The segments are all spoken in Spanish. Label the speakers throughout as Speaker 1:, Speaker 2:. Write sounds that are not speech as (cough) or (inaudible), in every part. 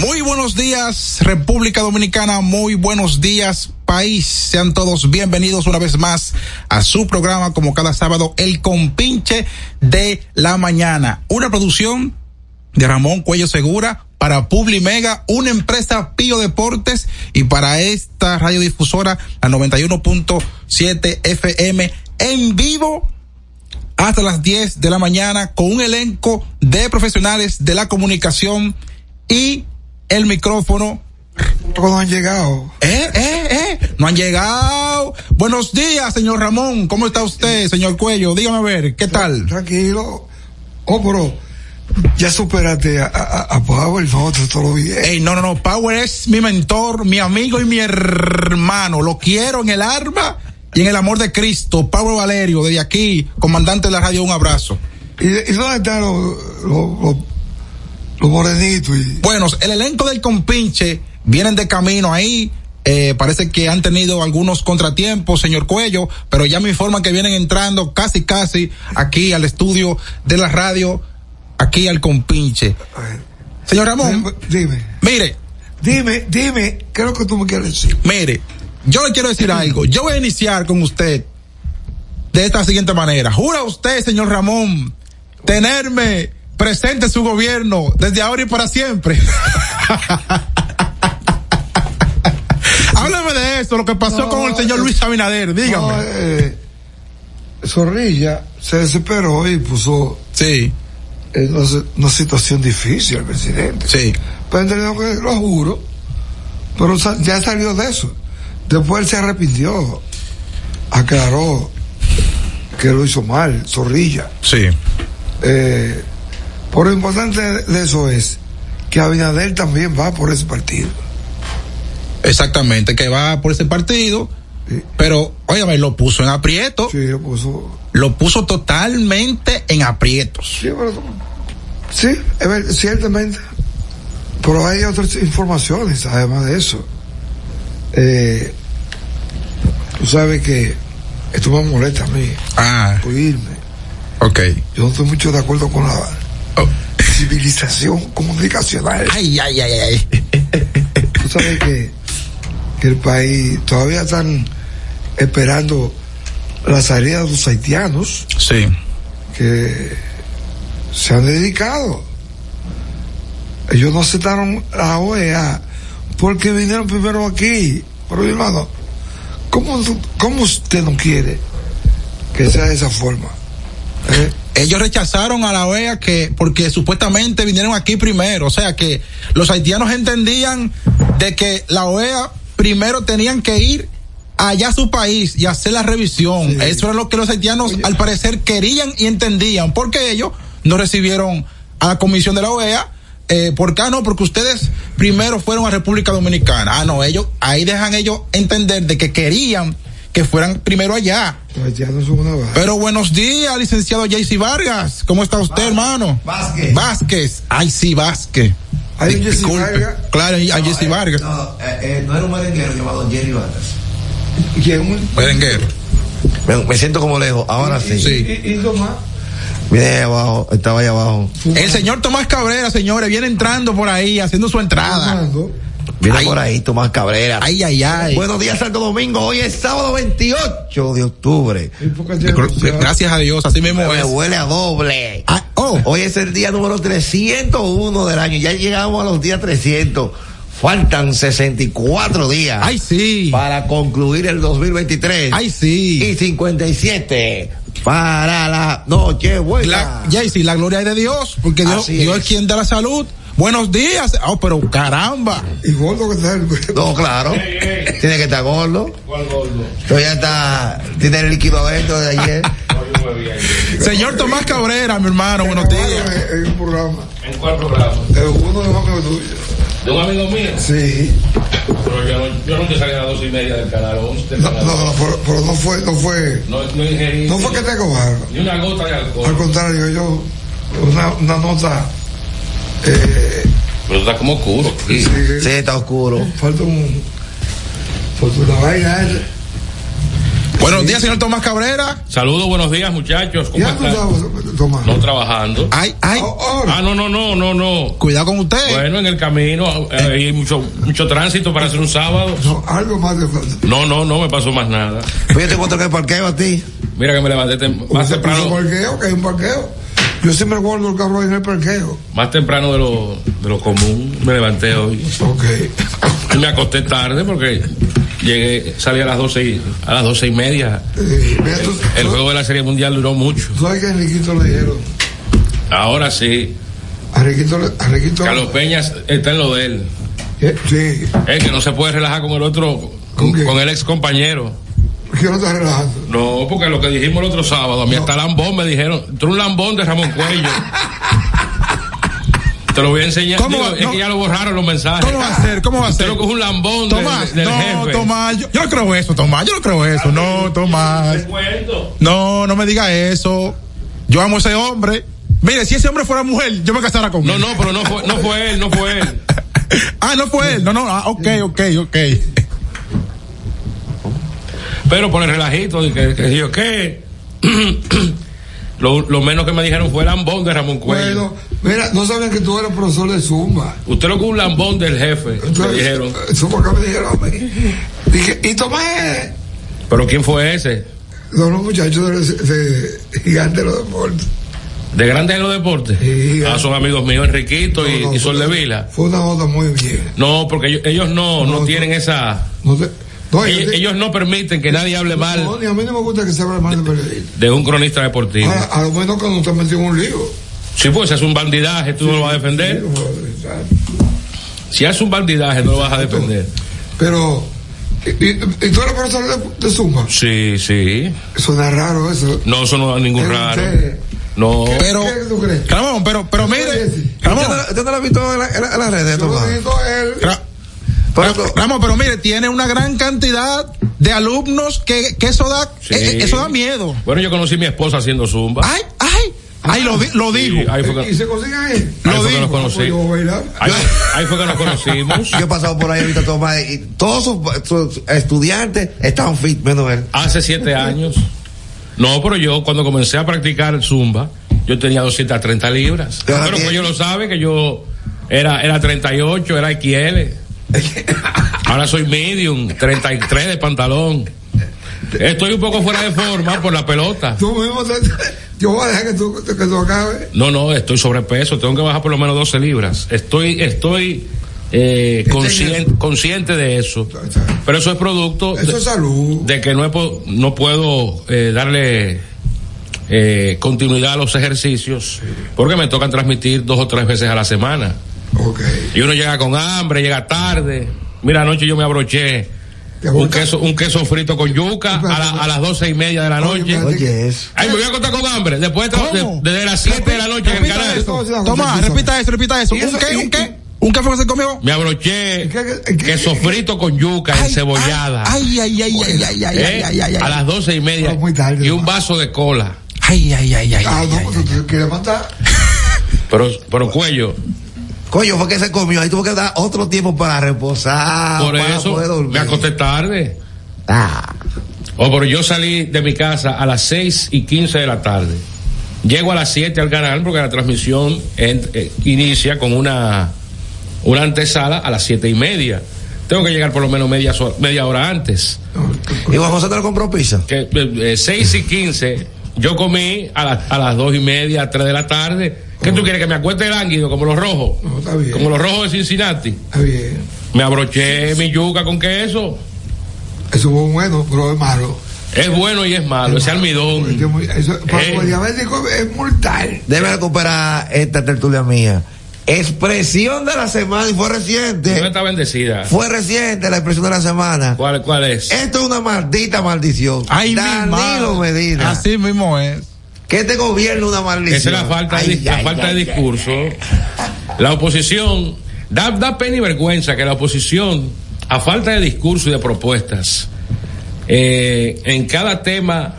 Speaker 1: Muy buenos días, República Dominicana. Muy buenos días, país. Sean todos bienvenidos una vez más a su programa, como cada sábado, El Compinche de la Mañana. Una producción de Ramón Cuello Segura para Publimega, una empresa Pío Deportes y para esta radiodifusora, la 91.7 FM, en vivo hasta las 10 de la mañana con un elenco de profesionales de la comunicación y el micrófono.
Speaker 2: No han llegado.
Speaker 1: Eh, eh, eh, no han llegado. Buenos días, señor Ramón. ¿Cómo está usted, señor Cuello? Dígame a ver, ¿qué tal?
Speaker 2: Tranquilo. Oh, pero ya superaste a, a, a Power, no, te todo bien.
Speaker 1: Ey, no, no, no. Power es mi mentor, mi amigo y mi hermano. Lo quiero en el arma y en el amor de Cristo. Power Valerio, desde aquí, comandante de la radio, un abrazo.
Speaker 2: ¿Y, y dónde están los, los, los, los morenitos? Y...
Speaker 1: Bueno, el elenco del compinche vienen de camino ahí. Eh, parece que han tenido algunos contratiempos, señor Cuello, pero ya me informan que vienen entrando casi, casi aquí al estudio de la radio, aquí al compinche. Señor Ramón,
Speaker 2: Dime,
Speaker 1: mire,
Speaker 2: dime, dime, ¿qué es lo que tú me quieres decir?
Speaker 1: mire, yo le quiero decir algo. Yo voy a iniciar con usted de esta siguiente manera. Jura usted, señor Ramón, tenerme presente en su gobierno desde ahora y para siempre. (laughs) Háblame de eso, lo que pasó
Speaker 2: No,
Speaker 1: con el señor Luis Abinader, dígame.
Speaker 2: No, eh, Zorrilla se desesperó y puso
Speaker 1: sí,
Speaker 2: en una, si- una situación difícil al presidente.
Speaker 1: sí.
Speaker 2: Pero entendió que lo juro, pero sa- ya salió de eso. Después él se arrepintió, aclaró que lo hizo mal, Zorrilla.
Speaker 1: Sí.
Speaker 2: Eh, por lo importante de eso es que Abinader también va por ese partido.
Speaker 1: Exactamente, que va por ese partido.
Speaker 2: Sí.
Speaker 1: Pero, óigame, lo puso en aprieto.
Speaker 2: Sí, lo puso.
Speaker 1: Lo puso totalmente en aprietos.
Speaker 2: Sí, pero- sí, es ver- ciertamente. Pero hay otras informaciones, además de eso. Eh, tú sabes que esto me molesta a mí,
Speaker 1: Ah,
Speaker 2: por irme.
Speaker 1: ok.
Speaker 2: Yo no estoy mucho de acuerdo con la
Speaker 1: Oh.
Speaker 2: civilización comunicacional.
Speaker 1: Ay, ay, ay, ay.
Speaker 2: Tú sabes que, que el país todavía están esperando la salida de los haitianos
Speaker 1: Sí.
Speaker 2: que se han dedicado. Ellos no aceptaron la E OEA porque vinieron primero aquí. Pero mi hermano, ¿cómo, tú- cómo usted no quiere que sea de esa forma? ¿Eh?
Speaker 1: Ellos rechazaron a la OEA que porque supuestamente vinieron aquí primero, o sea que los haitianos entendían de que la OEA primero tenían que ir allá a su país y hacer la revisión. Eso era lo que los haitianos al parecer querían y entendían, porque ellos no recibieron a la comisión de la OEA. Eh, ¿Por qué Ah, no? Porque ustedes primero fueron a República Dominicana. Ah, no, ellos ahí dejan ellos entender de que querían que fueran primero allá.
Speaker 2: Los haitianos son una baja.
Speaker 1: Pero buenos días, licenciado Jaycee Vargas. ¿Cómo está usted, hermano?
Speaker 3: Vázquez.
Speaker 1: Vázquez. Ay, sí, Vázquez.
Speaker 2: Hay un
Speaker 1: Di-
Speaker 2: Jaycee
Speaker 1: disculpe.
Speaker 2: Vargas.
Speaker 1: Claro, hay- hay Jaycee
Speaker 3: eh,
Speaker 1: Vargas.
Speaker 3: No, eh, eh, no era un merenguero llamado Jerry Vargas.
Speaker 2: Y es un-
Speaker 1: Berenguer.
Speaker 3: Me, me siento como lejos, ahora sí.
Speaker 1: Sí.
Speaker 2: y- y lo más,
Speaker 3: Vine ahí abajo, estaba allá abajo.
Speaker 1: El señor Tomás Cabrera, señores, viene entrando por ahí, haciendo su entrada.
Speaker 2: Fernando,
Speaker 3: Viene
Speaker 1: Ay.
Speaker 3: por ahí, Tomás Cabrera.
Speaker 1: Ay, ay, ay.
Speaker 3: Buenos días, Santo Domingo. Hoy es sábado 28 de octubre.
Speaker 2: y porque ya-
Speaker 1: Gr- Gracias a Dios, así mismo
Speaker 3: Me
Speaker 1: es.
Speaker 3: huele a doble.
Speaker 1: Ah, oh.
Speaker 3: Hoy es el día número 301 del año. Ya llegamos a los días 300. Faltan 64 días.
Speaker 1: Ay, sí.
Speaker 3: Para concluir el 2023.
Speaker 1: Ay, sí.
Speaker 3: Y 57
Speaker 1: Ah.
Speaker 3: para la noche buena.
Speaker 1: La, Jaycee, la gloria es de Dios, porque Dios,
Speaker 3: Así
Speaker 1: Dios
Speaker 3: es.
Speaker 1: es quien da la salud. Buenos días. Oh, pero caramba.
Speaker 2: Y gordo que está el
Speaker 3: No, claro. Tiene que estar gordo. Pero ya está, tiene el líquido adentro de ayer.
Speaker 1: Señor Tomás Cabrera, mi hermano, buenos días.
Speaker 2: En, en eh, un programa.
Speaker 4: ¿En cuál programa?
Speaker 2: Eh, uno de los amigos tuyos.
Speaker 4: ¿De un amigo mío?
Speaker 2: Sí.
Speaker 4: Pero yo, no- yo nunca salí a las dos y media del canal 11 del
Speaker 2: No,
Speaker 4: canal.
Speaker 2: no, no, pero, pero no fue, no fue.
Speaker 4: No, no ingerí
Speaker 2: No fue que te cobaron.
Speaker 4: ni una gota de alcohol.
Speaker 2: Al contrario, yo, una, una nota, eh,
Speaker 4: Pero está como oscuro. aquí.
Speaker 2: sí,
Speaker 3: Sí, está oscuro.
Speaker 2: falta un, falta una vaina esa.
Speaker 1: Buenos días, señor Tomás Cabrera.
Speaker 4: Saludos, buenos días, muchachos. ¿Cómo
Speaker 2: Ya tú
Speaker 4: están?
Speaker 2: sabes, Tomás. Oh,
Speaker 4: No trabajando.
Speaker 1: Ay, ay.
Speaker 4: Ah, no, no, no, no, no.
Speaker 1: Cuidado con usted.
Speaker 4: Bueno, en el camino eh, hay mucho, mucho tránsito para hacer un sábado.
Speaker 2: No, algo más de falta.
Speaker 4: No, no, no me pasó más nada.
Speaker 3: Pues yo te encuentro en el parqueo a ti.
Speaker 4: Mira que me levanté tem- más
Speaker 2: Un- Un
Speaker 4: temprano,
Speaker 2: parqueo, que hay un parqueo. Yo siempre guardo el carro ahí en el parqueo.
Speaker 4: más temprano de lo, de lo común. Me levanté hoy.
Speaker 2: Ok.
Speaker 4: Y me acosté tarde porque llegué, salí a las doce y, a las doce y media.
Speaker 2: Eh, mira, tú,
Speaker 4: El
Speaker 2: tú-
Speaker 4: juego de la Serie Mundial duró mucho.
Speaker 2: tú sabes que a Enriquito le dijeron.
Speaker 4: Ahora sí,
Speaker 2: A Enriquito le. A Enriquito,
Speaker 4: Carlos Peña está en lo de él.
Speaker 2: Eh, Sí.
Speaker 4: Es que no se puede relajar con el otro,
Speaker 2: ¿Con
Speaker 4: con,
Speaker 2: qué?
Speaker 4: el ex compañero.
Speaker 2: Yo no estoy relajando.
Speaker 4: No, porque lo que dijimos el otro sábado, a mí hasta lambón me dijeron, tú eres un lambón de Ramón
Speaker 2: (laughs)
Speaker 4: Cuello. Te lo voy a enseñar.
Speaker 1: ¿Cómo
Speaker 4: Digo,
Speaker 1: va?
Speaker 4: es
Speaker 1: No.
Speaker 4: que ya lo borraron los mensajes.
Speaker 1: ¿Cómo va a ser? ¿Cómo va a
Speaker 4: Usted
Speaker 1: ser?
Speaker 4: lo coge un lambón de-
Speaker 1: Tomás,
Speaker 4: de- del
Speaker 1: no,
Speaker 4: jefe.
Speaker 1: Tomás, yo, yo no creo eso, Tomás, yo no creo eso, no, Tomás. No, no me diga eso. Yo amo a ese hombre. Mire, si ese hombre fuera mujer, yo me casara con
Speaker 4: No,
Speaker 1: él.
Speaker 4: no, pero no fue, no fue él, no fue él.
Speaker 1: (laughs) ah, no fue él. No, no, ah, ok, ok, ok.
Speaker 4: Pero por el relajito, de que, que yo qué. (clears throat) lo, lo menos que me dijeron fue lambón de Ramón Cuello.
Speaker 2: Bueno, mira, no saben que tú eres profesor de Zumba.
Speaker 4: Usted lo que un lambón del jefe, me dijeron.
Speaker 2: Eso fue lo que me dijeron a mí. Dije, y tomé.
Speaker 4: Pero ¿quién fue ese?
Speaker 2: Son los muchachos de, de Gigante de los Deportes.
Speaker 4: ¿De grandes en los deportes?
Speaker 2: Sí.
Speaker 4: Ah, son amigos míos, Enriquito y,
Speaker 2: No, no,
Speaker 4: y Sol
Speaker 2: fue-
Speaker 4: de Vila.
Speaker 2: Fue una nota muy bien.
Speaker 4: No, porque ellos, ellos no, no,
Speaker 2: No,
Speaker 4: tienen esa...
Speaker 2: No te- no, yo
Speaker 4: Ellos,
Speaker 2: te-
Speaker 4: ellos no permiten que nadie hable
Speaker 2: no, Ah,
Speaker 4: mal
Speaker 2: ni a mí no me gusta que se hable mal de periodismo.
Speaker 4: de un cronista deportivo.
Speaker 2: Ahora, a lo menos cuando te metido en un lío.
Speaker 4: Si pues es un bandidaje, tú no lo vas a defender. Si es un bandidaje, no lo vas a defender.
Speaker 2: Pero, y, y- y tú eres profesor de, de Zumba.
Speaker 4: Sí, sí.
Speaker 2: Suena raro eso.
Speaker 4: No, eso no da ningún
Speaker 2: Pero
Speaker 4: raro.
Speaker 2: usted-
Speaker 4: No.
Speaker 1: Pero,
Speaker 2: ¿Qué tú crees?
Speaker 1: Ramón, pero, pero mire, Ramón,
Speaker 3: ¿Usted no lo has visto en, la- en la- en las redes,
Speaker 2: Yo lo
Speaker 3: Tomás?
Speaker 2: digo a él.
Speaker 1: Ra- Ra- Ramón, pero mire, tiene una gran cantidad de alumnos que, que eso da,
Speaker 4: Sí.
Speaker 1: eh, eh, eso da miedo.
Speaker 4: Bueno, yo conocí a mi esposa haciendo zumba.
Speaker 1: Ay, ay, ay, lo, di- lo
Speaker 4: Sí,
Speaker 1: digo.
Speaker 4: ahí fue
Speaker 2: Y
Speaker 4: que,
Speaker 2: se consigue ahí.
Speaker 4: ahí fue que
Speaker 1: digo.
Speaker 4: nos conocí.
Speaker 2: Pues yo voy a bailar.
Speaker 4: Ahí, ahí fue que
Speaker 2: (laughs)
Speaker 4: nos conocimos.
Speaker 3: Yo he pasado por ahí ahorita, Tomás, y todos sus, sus estudiantes estaban fit, menos él.
Speaker 4: Hace siete años. No, pero yo cuando comencé a practicar zumba, yo tenía 230 libras.
Speaker 3: Ahora
Speaker 4: Pero pues
Speaker 3: tiene-
Speaker 4: ellos lo saben que yo era, era 38, era XL. Ahora soy medium, 33 de pantalón. Estoy un poco fuera de forma por la pelota.
Speaker 2: Tú mismo te- yo voy a dejar que tú, que tú acabes.
Speaker 4: No, no, estoy sobrepeso, tengo que bajar por lo menos 12 libras. Estoy, estoy eh,
Speaker 2: Este
Speaker 4: conscien- consciente de eso. Pero eso es producto
Speaker 2: Eso
Speaker 4: de,
Speaker 2: es salud.
Speaker 4: de que no, he po- no puedo eh, darle eh, continuidad a los ejercicios porque me tocan transmitir dos o tres veces a la semana.
Speaker 2: Ok.
Speaker 4: Y uno llega con hambre, llega tarde. Mira, anoche yo me abroché
Speaker 2: ¿Te
Speaker 4: un
Speaker 2: gusta?
Speaker 4: queso, un queso frito con yuca a, la- a las doce y media de la noche.
Speaker 2: espérate.
Speaker 3: Oye, eso.
Speaker 4: Ay, me voy a contar con hambre. Después de,
Speaker 1: ¿Cómo?
Speaker 4: de- desde las 7 de la noche en el
Speaker 2: repita
Speaker 4: canal.
Speaker 2: eso.
Speaker 1: Tomás, repita eso, repita eso.
Speaker 2: ¿Y eso-
Speaker 1: ¿Un qué?
Speaker 2: y-
Speaker 1: ¿Un qué? ¿Un qué fue que se comió?
Speaker 4: Me abroché
Speaker 2: qué- qué-
Speaker 4: queso frito con yuca
Speaker 1: Ay,
Speaker 4: encebollada.
Speaker 1: Ay, ay, ay, ay, ay, ay, ay,
Speaker 4: ¿eh?
Speaker 1: ay, ay, ay.
Speaker 4: A las doce y media.
Speaker 2: Pero muy tarde,
Speaker 4: y un
Speaker 2: hermano.
Speaker 4: vaso de cola.
Speaker 1: Ay, ay, ay, ay.
Speaker 2: Ah,
Speaker 1: ay,
Speaker 2: no,
Speaker 1: ay,
Speaker 2: pues
Speaker 1: ay.
Speaker 2: tú quieres matar.
Speaker 4: Pero, pero cuello.
Speaker 3: Coño, fue que se comió. Ahí tuvo que dar otro tiempo para reposar.
Speaker 4: por
Speaker 3: para
Speaker 4: eso
Speaker 3: poder Ah, dormir.
Speaker 4: me acosté tarde.
Speaker 3: Ah,
Speaker 4: O pero yo salí de mi casa a las 6 y 15 de la tarde. Llego a las 7 al canal porque la transmisión en- eh, inicia con una, una antesala a las 7 y media. Tengo que llegar por lo menos media, so- media hora antes.
Speaker 3: ¿Y Juan José te lo compró pizza?
Speaker 4: Que, eh, eh, 6 y 15 yo comí a, las- a las 2 y media, 3 de la tarde. ¿Qué tú quieres? Que me acueste lánguido como los rojos.
Speaker 2: No, está bien.
Speaker 4: Como los rojos de Cincinnati.
Speaker 2: Está bien.
Speaker 4: Me abroché mi yuca con queso.
Speaker 2: Eso fue bueno, pero es malo.
Speaker 4: Es bueno y es malo, ese almidón.
Speaker 2: Eso, para
Speaker 4: Eh.
Speaker 2: los diabéticos es mortal.
Speaker 3: Debe recuperar esta tertulia mía. Expresión de la semana, y fue reciente.
Speaker 4: No está bendecida.
Speaker 3: Fue reciente la expresión de la semana.
Speaker 4: ¿Cuál, cuál es?
Speaker 3: Esto es una maldita maldición.
Speaker 1: Ay, mi
Speaker 3: Danilo
Speaker 1: madre.
Speaker 3: Medina.
Speaker 1: Así mismo es.
Speaker 3: Que este gobierno es una maldición.
Speaker 4: Esa es la falta, de,
Speaker 3: Ay,
Speaker 4: dis- la
Speaker 3: ay,
Speaker 4: falta
Speaker 3: ay,
Speaker 4: de
Speaker 3: ay.
Speaker 4: discurso. La oposición, da, da pena y vergüenza que la oposición, a falta de discurso y de propuestas, eh, en cada tema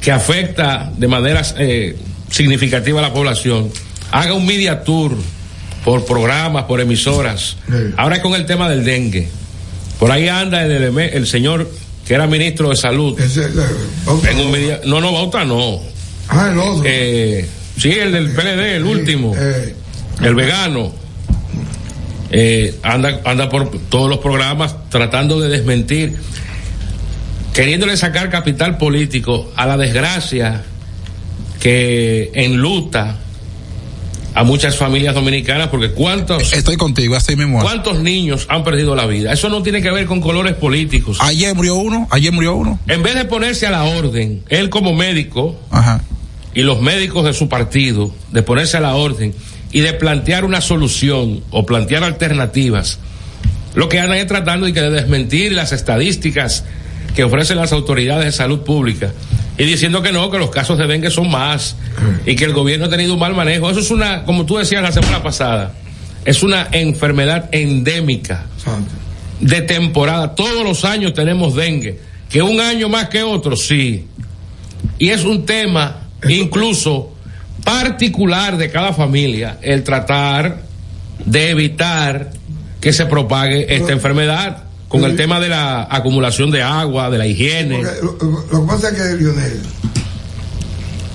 Speaker 4: que afecta de manera eh, significativa a la población, haga un media tour por programas, por emisoras. Ahora es con el tema del dengue. Por ahí anda el, eleme- el señor que era ministro de salud.
Speaker 2: Ese, eh, otro.
Speaker 4: En un media, no, no, Bauta no.
Speaker 2: Ah, el otro.
Speaker 4: Eh, sí, el del PLD, el último,
Speaker 2: Eh,
Speaker 4: el vegano. Eh, anda, anda por todos los programas tratando de desmentir, queriéndole sacar capital político a la desgracia que enluta a muchas familias dominicanas, porque cuántos,
Speaker 1: Estoy contigo, así mismo es.
Speaker 4: cuántos niños han perdido la vida. Eso no tiene que ver con colores políticos.
Speaker 1: Ayer murió uno, ayer murió uno.
Speaker 4: En vez de ponerse a la orden, él como médico,
Speaker 1: Ajá.
Speaker 4: y los médicos de su partido de ponerse a la orden y de plantear una solución o plantear alternativas. Lo que andan es tratando de que de desmentir las estadísticas que ofrecen las autoridades de salud pública y diciendo que no, que los casos de dengue son más y que el gobierno ha tenido un mal manejo. Eso es una, como tú decías la semana pasada, es una enfermedad endémica
Speaker 2: santo.
Speaker 4: de temporada. Todos los años tenemos dengue. Que un año más que otro, sí. Y es un tema incluso particular de cada familia el tratar de evitar que se propague esta enfermedad con el tema de la acumulación de agua, de la higiene.
Speaker 2: Porque lo, lo que pasa es que Lionel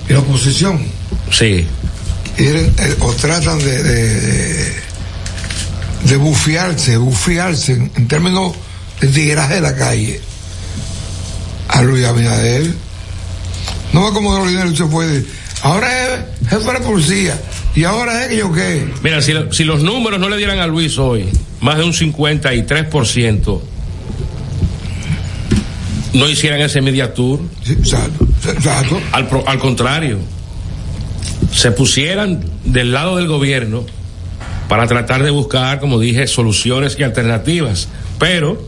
Speaker 2: y la oposición
Speaker 4: Sí.
Speaker 2: quieren, eh, o tratan de de, de, de bufiarse, bufiarse en, en términos de tigueraje de la calle a Luis Abinader. No va como Lionel se puede. Ahora es jefe de policía y ahora es que yo qué.
Speaker 4: Mira, si, lo- si los números no le dieran a Luis hoy más de un 53%, no hicieran ese media tour.
Speaker 2: Sí, Exacto, exacto.
Speaker 4: Al, pro- al contrario, se pusieran del lado del gobierno para tratar de buscar, como dije, soluciones y alternativas. Pero,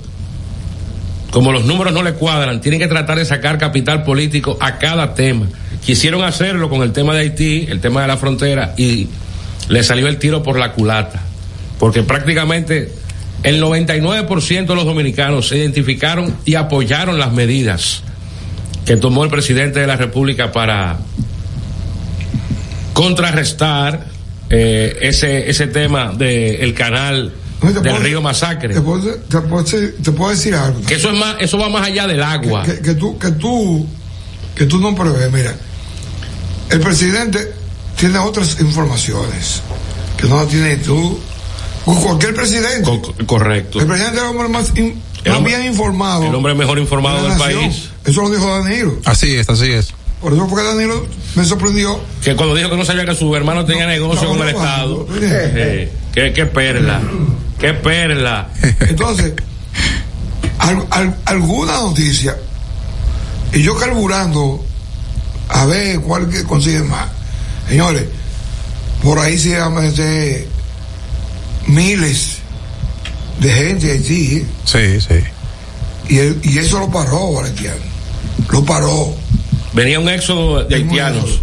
Speaker 4: como los números no le cuadran, tienen que tratar de sacar capital político a cada tema. Quisieron hacerlo con el tema de Haití, el tema de la frontera, y le salió el tiro por la culata. Porque prácticamente el 99% de los dominicanos se identificaron y apoyaron las medidas que tomó el presidente de la República para contrarrestar eh, ese, ese tema del canal
Speaker 2: Oye, te
Speaker 4: del
Speaker 2: puedo-
Speaker 4: río Masacre.
Speaker 2: Te puedo, te puedo decir- te puedo decir algo.
Speaker 4: Que eso, es más, eso va más allá del agua.
Speaker 2: que, que tú que tú que tú no prevés mira el presidente tiene otras informaciones que no las tienes tú o cualquier presidente
Speaker 4: Co- co- correcto.
Speaker 2: el presidente es el hombre más, in-
Speaker 4: El
Speaker 2: más
Speaker 4: hombre-
Speaker 2: bien informado
Speaker 4: El hombre mejor informado
Speaker 2: de la
Speaker 4: del
Speaker 2: nación.
Speaker 4: país.
Speaker 2: eso lo dijo Danilo
Speaker 1: Así es, así es.
Speaker 2: por eso porque Danilo me sorprendió
Speaker 4: Que cuando dijo que no sabía que su hermano tenía
Speaker 2: No,
Speaker 4: negocio
Speaker 2: no,
Speaker 4: con el
Speaker 2: no,
Speaker 4: Estado.
Speaker 2: no, no, no.
Speaker 4: Eh, qué, qué perla. Qué perla.
Speaker 2: Entonces, al- al- alguna noticia, y yo carburando a ver cuál que consigue más. Señores, por ahí se llaman miles de gente de Haití, ¿eh?
Speaker 1: Sí, sí.
Speaker 2: y, el- y eso lo paró Valentiano. Lo paró.
Speaker 4: Venía un éxodo de haitianos.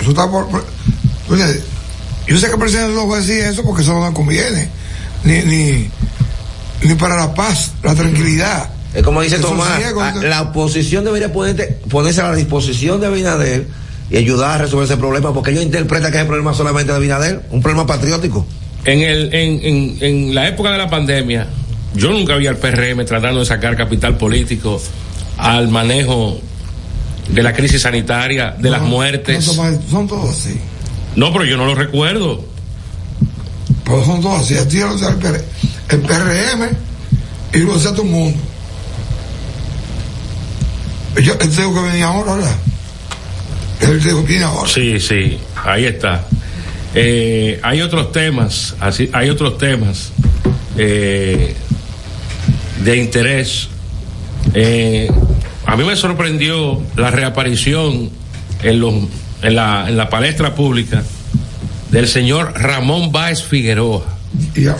Speaker 2: Eso está por. por- oye, yo sé que el presidente no va a decir eso porque eso no le conviene. Ni, ni, ni para la paz, la tranquilidad.
Speaker 3: Es como dice
Speaker 2: Eso
Speaker 3: Tomás,
Speaker 2: sí es
Speaker 3: a-
Speaker 2: cuando-
Speaker 3: la oposición debería ponerte- ponerse a la disposición de Abinader y ayudar a resolver ese problema, porque ellos interpretan que es el problema solamente de Abinader, un
Speaker 1: (laughs)
Speaker 3: problema patriótico.
Speaker 4: En, el, en, en, en la época de la pandemia, yo nunca vi al PRM tratando de sacar capital político al manejo de la crisis sanitaria, de las
Speaker 2: No,
Speaker 4: muertes.
Speaker 2: no, Tomás, son todos así.
Speaker 4: No, pero yo no lo recuerdo.
Speaker 2: Pero son todos así. A ti lo sabe el PR el PRM y lo hace a todo el mundo. Yo él dijo que venía ahora, ¿verdad? Él dijo que viene ahora.
Speaker 4: Sí, sí, ahí está. Eh, hay otros temas, así, hay otros temas eh, de interés. Eh, A mí me sorprendió la reaparición en, los, en, la, en la palestra pública del señor Ramón Báez Figueroa.
Speaker 2: Y ya.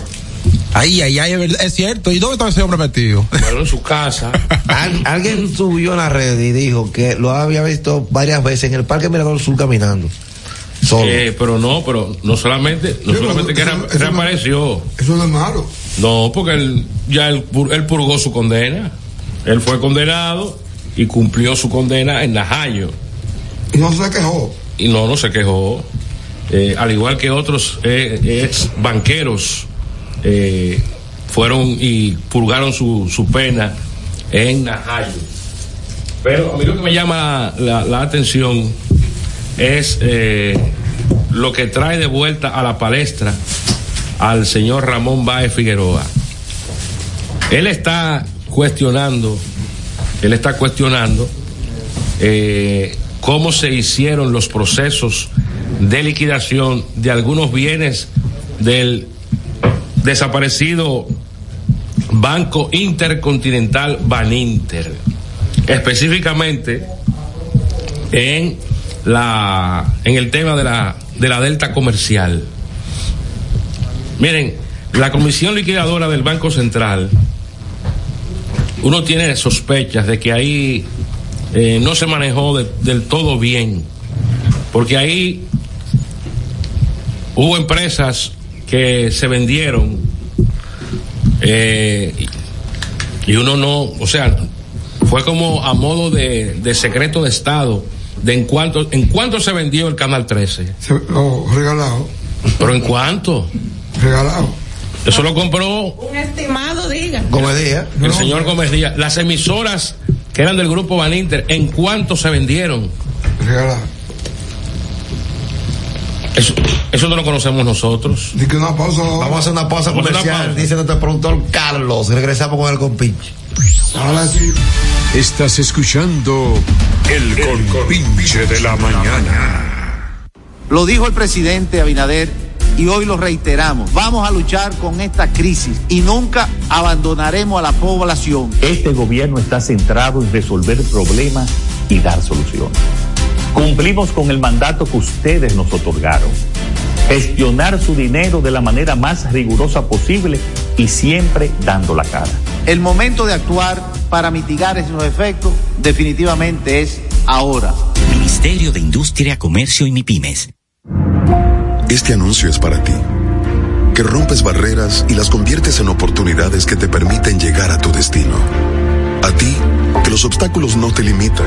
Speaker 1: Ay, ay, ay, es verdad, es cierto. ¿Y dónde estaba ese hombre metido?
Speaker 4: Bueno, en su (laughs) casa.
Speaker 3: Al- alguien subió en la red y dijo que lo había visto varias veces en el Parque Mirador Sur caminando. Solo.
Speaker 4: Eh, pero no, pero no solamente, no
Speaker 2: Sí,
Speaker 4: solamente
Speaker 2: pero
Speaker 4: que
Speaker 2: eso-
Speaker 4: re-
Speaker 2: eso no-
Speaker 4: reapareció.
Speaker 2: Eso no es malo.
Speaker 4: No, porque él, ya él, pur- él purgó su condena. Él fue condenado y cumplió su condena en Najayo.
Speaker 2: Y no se quejó.
Speaker 4: Y no, no se quejó. Eh, al igual que otros eh, ex banqueros eh, fueron y purgaron su, su pena en Najayo. Pero a mí lo que me llama la, la atención es eh, lo que trae de vuelta a la palestra al señor Ramón Báez Figueroa. Él está cuestionando, él está cuestionando eh, cómo se hicieron los procesos de liquidación de algunos bienes del desaparecido Banco Intercontinental Baninter. Específicamente en la en el tema de la de la delta comercial. Miren, la comisión liquidadora del Banco Central, uno tiene sospechas de que ahí eh, no se manejó de- del todo bien, porque ahí hubo empresas que se vendieron eh, y uno no, o sea, fue como a modo de, de secreto de Estado, de en cuánto, en cuánto se vendió el Canal 13,
Speaker 2: Se- no, regalado.
Speaker 4: pero en cuánto.
Speaker 2: Regalado.
Speaker 4: Eso lo compró
Speaker 5: Un estimado, diga.
Speaker 3: Como decía,
Speaker 4: el señor Gómez Díaz. Las emisoras que eran del grupo Baninter, ¿en cuánto se vendieron?
Speaker 2: Regalado.
Speaker 4: Eso, eso no lo conocemos nosotros.
Speaker 2: Dice que una pausa.
Speaker 3: vamos a hacer una
Speaker 4: Vamos a
Speaker 3: pausa
Speaker 4: hacer una
Speaker 3: comercial,
Speaker 4: pausa.
Speaker 3: dice nuestro productor Carlos. y Regresamos con el compinche.
Speaker 2: Ahora sí.
Speaker 6: Estás escuchando El Compinche de la Mañana.
Speaker 7: Lo dijo el presidente Abinader y hoy lo reiteramos. Vamos a luchar con esta crisis y nunca abandonaremos a la población.
Speaker 8: Este gobierno está centrado en resolver problemas y dar soluciones. Cumplimos con el mandato que ustedes nos otorgaron. Gestionar su dinero de la manera más rigurosa posible y siempre dando la cara.
Speaker 7: El momento de actuar para mitigar esos efectos definitivamente es ahora.
Speaker 9: Ministerio de Industria, Comercio y MIPIMES.
Speaker 6: Este anuncio es para ti, que rompes barreras y las conviertes en oportunidades que te permiten llegar a tu destino. A ti, que los obstáculos no te limitan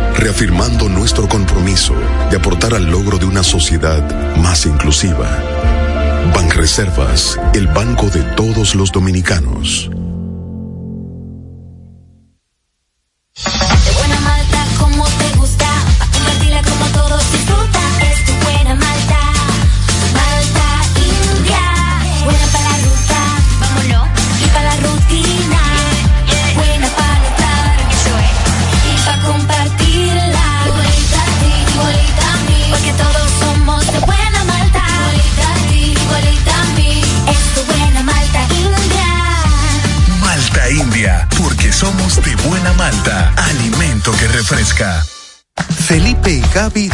Speaker 6: reafirmando nuestro compromiso de aportar al logro de una sociedad más inclusiva. Banreservas, el banco de todos los dominicanos.
Speaker 10: Qué buena malta, como te gusta, pa' compartirla como todos disfrutan. Es tu buena malta, malta india. Buena para la ruta, vámonos, y para la rutina. Buena para estar, eso es. Y para compartirla. Igualita a ti, igualita a mí, porque todos somos de buena malta. Igualita a ti, igualita a mí, es tu buena malta india.
Speaker 6: Malta India, porque somos de buena malta, alimento que refresca.
Speaker 11: Felipe y Gaby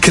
Speaker 11: Que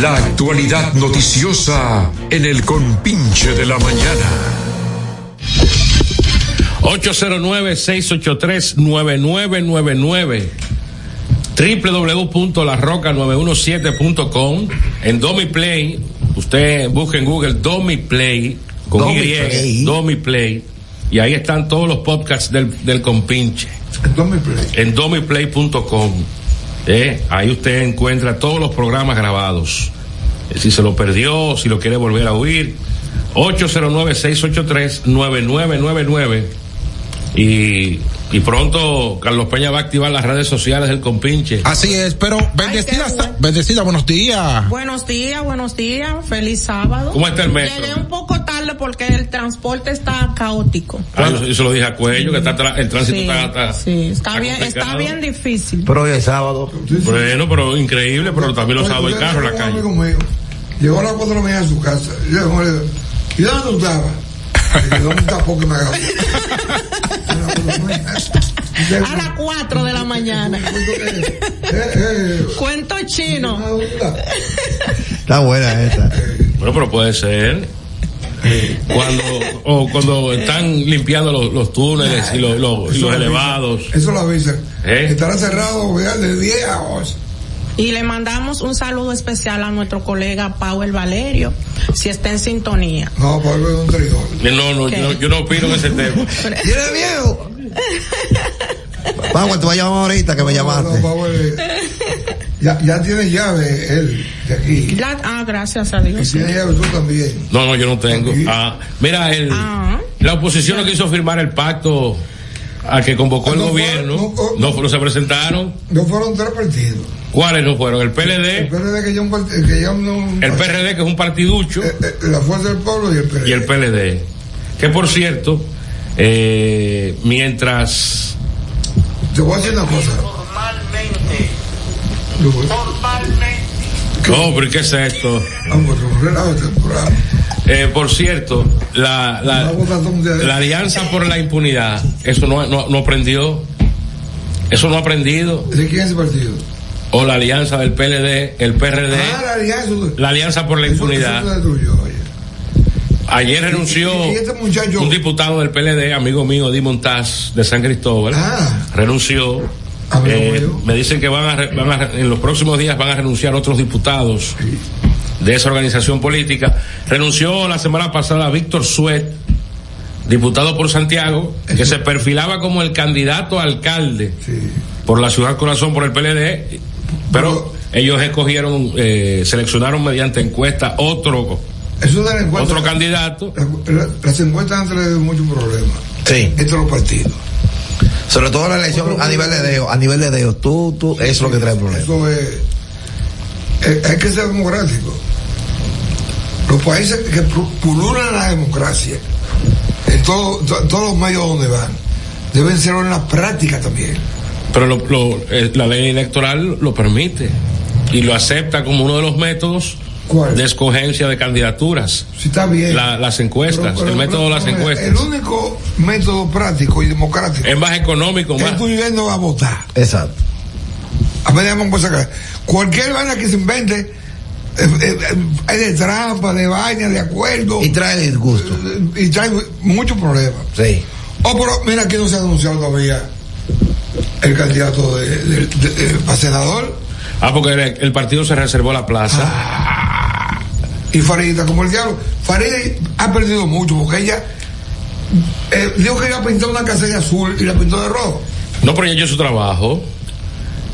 Speaker 5: La actualidad noticiosa en el compinche de la mañana.
Speaker 4: 809-683-9999 www.larroca917.com En Domiplay, usted busca en Google Domiplay con
Speaker 3: Domiplay.
Speaker 4: Y, Domiplay y ahí están todos los podcasts del, del compinche en domiplay.com. ¿eh? Ahí usted encuentra todos los programas grabados. Eh, Si se lo perdió, si lo quiere volver a oír, 809-683-9999. Y, y pronto Carlos Peña va a activar las redes sociales del compinche.
Speaker 1: Así es, pero bendecida, sa- bendecida, buenos días.
Speaker 12: Buenos días, buenos días, feliz sábado.
Speaker 4: ¿Cómo está el metro?
Speaker 12: Llegué un poco tarde porque el transporte está caótico.
Speaker 4: Ah, yo, yo se lo dije a Cuello, que está tra- el tránsito
Speaker 12: Sí,
Speaker 4: está, está- está
Speaker 12: Está bien, está
Speaker 4: complicado.
Speaker 12: bien difícil.
Speaker 3: Pero hoy es sábado.
Speaker 4: Bueno, pero increíble, pero también lo sabe el carro en la calle.
Speaker 2: conmigo. Llegó a las 4 de la mañana a su casa. Yo como le digo, ¿y dónde tú estabas? Y yo, ¿Dónde está porque me agarró?
Speaker 4: (laughs)
Speaker 12: A las 4 de la
Speaker 4: (laughs)
Speaker 12: mañana. (laughs) Cuento chino.
Speaker 13: Está buena esa.
Speaker 4: Bueno, pero puede ser. Cuando, o cuando están limpiando los, los túneles y los, los- y los elevados.
Speaker 2: Eso lo avisan.
Speaker 4: ¿eh?
Speaker 2: Estará cerrado vean, de 10 a 11.
Speaker 12: Y le mandamos un saludo especial a nuestro colega Powell Valerio, si está en sintonía.
Speaker 2: No, Pablo es un traidor.
Speaker 4: No, no, yo, yo no opino en ese tema.
Speaker 13: ¡Tiene miedo!
Speaker 3: pues,
Speaker 13: Vamos, te voy a llamar ahorita que me llamaste.
Speaker 2: Ya, ya tiene llave él de aquí.
Speaker 12: (laughs) La- ah, gracias a Dios.
Speaker 2: Y tiene llave tú también.
Speaker 4: No, no, yo no tengo. Ah, mira, el, la oposición no quiso firmar el pacto al que
Speaker 2: Ah,
Speaker 4: convocó el gobierno. No, pero se presentaron.
Speaker 2: No fueron tres partidos.
Speaker 4: ¿Cuáles no fueron? El
Speaker 2: El
Speaker 4: PLD,
Speaker 2: PRD que ya un part- que ya un-
Speaker 4: el PRD, que es un partiducho.
Speaker 2: Eh, la fuerza del pueblo y el PRD.
Speaker 4: y el PLD. Que por cierto, eh, mientras.
Speaker 2: Te voy a decir una cosa.
Speaker 4: No, pero ¿y ¿qué es esto? Eh, por cierto, la, la, la alianza por la impunidad, eso no, no, no aprendió. Eso no ha aprendido.
Speaker 2: ¿De quién es el partido?
Speaker 4: O la alianza del PLD, el PRD,
Speaker 2: Ah, la alianza.
Speaker 4: la alianza por la
Speaker 2: Eso
Speaker 4: impunidad.
Speaker 2: es tuyo.
Speaker 4: Ayer renunció
Speaker 2: Y este muchacho.
Speaker 4: un diputado del PLD, amigo mío, Di Montaz, de San Cristóbal.
Speaker 2: Ah.
Speaker 4: renunció. Eh, me dicen que van a, re- van a re- en los próximos días van a renunciar otros diputados de esa organización política. Renunció la semana pasada Víctor Suet, diputado por Santiago, que se perfilaba como el candidato a alcalde por la ciudad corazón por el PLD, pero ellos escogieron, eh, seleccionaron mediante encuesta otro
Speaker 2: Eso de la encuesta.
Speaker 4: otro candidato.
Speaker 2: La- las encuestas han traído muchos problemas.
Speaker 3: Sí.
Speaker 2: Entre los partidos.
Speaker 3: Sobre todo la elección a nivel de Deo. A nivel de Deo. Tú, tú, eso es lo que trae problemas.
Speaker 2: Eso es, es, es que ser democrático. Los países que pu- pululan la democracia, en todo- to- todos los medios donde van, deben ser en la práctica también.
Speaker 4: Pero lo- lo- eh, la ley electoral lo permite y lo acepta como uno de los métodos de escogencia de candidaturas.
Speaker 2: está bien.
Speaker 4: La- las encuestas,
Speaker 2: Pero-
Speaker 4: el método de las
Speaker 2: pero-
Speaker 4: encuestas.
Speaker 2: El único método práctico y democrático
Speaker 4: es más económico,
Speaker 2: es
Speaker 4: más.
Speaker 2: tú yendo a votar.
Speaker 13: Exacto.
Speaker 2: A ver, vamos a cosa acá. Cualquier vaina que se invente, eh, eh, eh, hay de trampa, de vaina, de acuerdo. Y
Speaker 3: trae disgusto.
Speaker 2: Y trae muchos problemas.
Speaker 3: Sí.
Speaker 2: Oh, pero mira que no se ha anunciado todavía el candidato de, de- de- de- para senador.
Speaker 4: Ah, porque el, el partido se reservó la plaza.
Speaker 2: Ah. Y Farida, como el diablo. Farida ha perdido mucho porque ella eh, dijo que iba a pintar una casa de azul y la pintó de rojo.
Speaker 4: No, pero ella hizo su trabajo.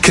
Speaker 11: Que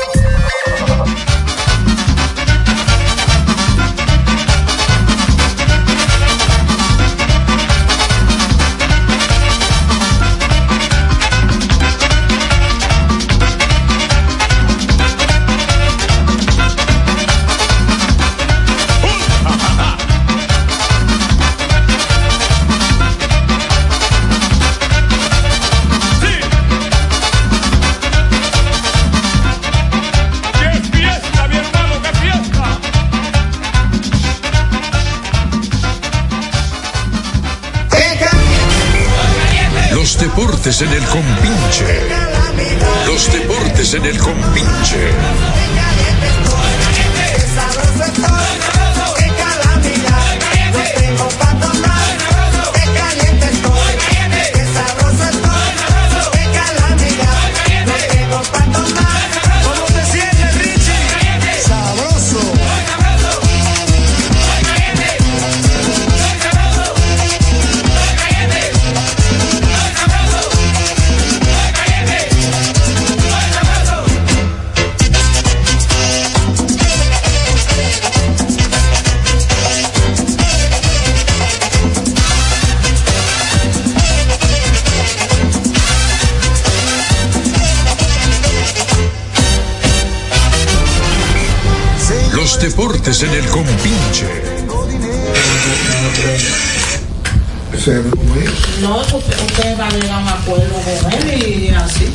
Speaker 5: Los deportes en el compinche. Los deportes en el compinche.
Speaker 10: Sabroso estoy, qué calamidad, no tengo pa' tomar. ¿Cómo te
Speaker 5: Los deportes en el compinche.
Speaker 12: No, usted, usted va a llegar a un acuerdo con él y así.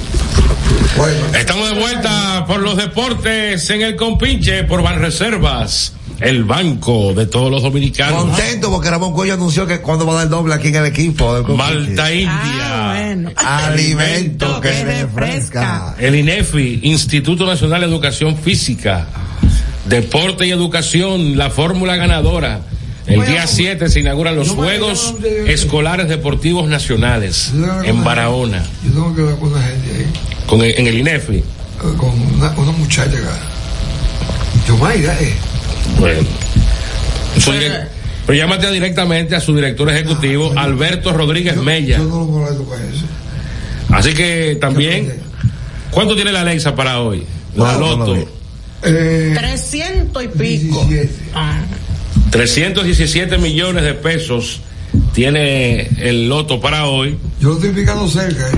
Speaker 4: Estamos de vuelta por los deportes en el compinche por Banreservas, el banco de todos los dominicanos.
Speaker 3: Contento porque Ramón Cuello anunció que cuando va a dar doble aquí en el equipo. del Coquille.
Speaker 4: Malta India.
Speaker 3: Alimento que refresca.
Speaker 4: El INEFI, Instituto Nacional de Educación Física, Deporte y Educación, la fórmula ganadora. El día 7 se inauguran los Juegos Escolares Deportivos Nacionales en Barahona,
Speaker 2: Yo tengo que ver con una gente ahí,
Speaker 4: con el- en el INEFI.
Speaker 2: eh, con una, una muchacha acá. Yo, Mayra, eh.
Speaker 4: Bueno. Su direc- pero llámate directamente a su director ejecutivo, Alberto Rodríguez Mella. Así que también, ¿cuánto tiene la Alexa para hoy? La
Speaker 12: No, no
Speaker 4: Loto.
Speaker 2: Eh,
Speaker 12: Trescientos y pico. Ah.
Speaker 4: 317 millones de pesos tiene el Loto para hoy.
Speaker 2: Yo lo estoy picando cerca, eh.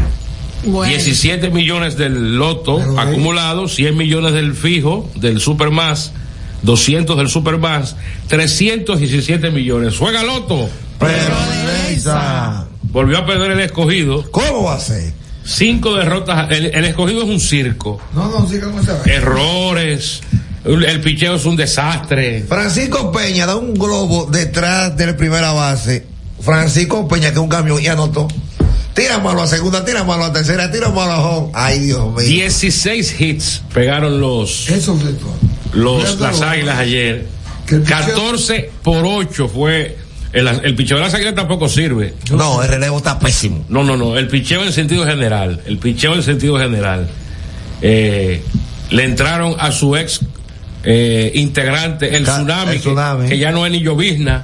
Speaker 12: Bueno.
Speaker 4: 17 millones del Loto acumulado, 100 millones del fijo, del Supermás, 200 del Supermás, 317 millones. Juega Loto. Volvió a perder el escogido.
Speaker 3: ¿Cómo va a ser?
Speaker 4: Cinco derrotas. El, el escogido es un circo.
Speaker 2: No, no, siga con esa vaina.
Speaker 4: Errores. El, el picheo es un desastre.
Speaker 3: Francisco Peña da un globo detrás de la primera base. Francisco Peña, que es un camión, y anotó. Tira malo a segunda, tira malo a tercera, tira malo a home. Ay, Dios mío.
Speaker 4: 16 hits pegaron los los las águilas ayer. 14 por 8 fue el, el picheo de las águilas tampoco sirve.
Speaker 3: No, el relevo está pésimo.
Speaker 4: No, no, no, el picheo en sentido general, el picheo en sentido general. Eh, le entraron a su ex eh, integrante el tsunami, que- Que, ya no es ni llovizna,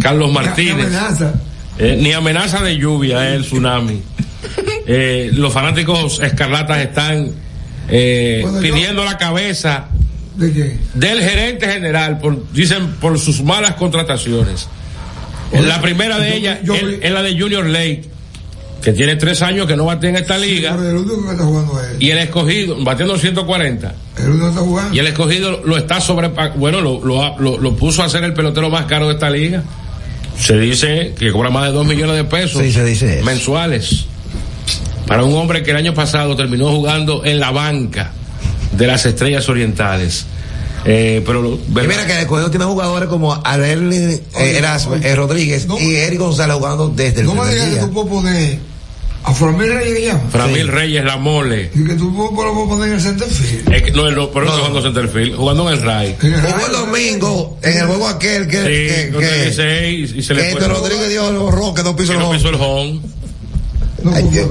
Speaker 4: Carlos Martínez.
Speaker 2: amenaza.
Speaker 4: Eh, ni amenaza de lluvia es el tsunami. Eh, los fanáticos escarlatas están eh, pidiendo la cabeza
Speaker 2: ¿De quién?
Speaker 4: del gerente general, por, dicen por sus malas contrataciones. la primera de ellas es, es la de Junior Lake, que tiene tres años que no batea en esta liga.
Speaker 2: El único que está jugando es él.
Speaker 4: Y el escogido, batiendo 140.
Speaker 2: El único que está jugando.
Speaker 4: Y el escogido lo está sobre. ah, Bueno, lo, lo, lo- lo puso a ser el pelotero más caro de esta liga. Se dice que cobra más de 2 millones de pesos mensuales. Para un hombre que el año pasado terminó jugando en la banca de las estrellas orientales. Eh, pero lo-
Speaker 3: Y mira que el escogido tiene jugadores como Arely eh, Erasmo, eh, Rodríguez y Eric González jugando desde el
Speaker 2: No me
Speaker 3: primer
Speaker 2: digas que
Speaker 3: día.
Speaker 2: tú puedes poner a Framil Reyes que llama.
Speaker 4: Framil Reyes, la mole.
Speaker 2: Y que tú puedes lo puedes poner en el center field.
Speaker 4: Es que- no, no, pero no jugando centerfield, jugando en el RAI.
Speaker 3: Jugó el domingo en el juego aquel que, que,
Speaker 4: Sí, con
Speaker 3: que-
Speaker 4: 36 y se le
Speaker 3: que
Speaker 4: fue.
Speaker 3: Héctor Rodríguez dio el borrón que no piso
Speaker 4: Que
Speaker 3: el
Speaker 4: no
Speaker 3: home.
Speaker 4: pisó el home.
Speaker 3: Ay, Dios.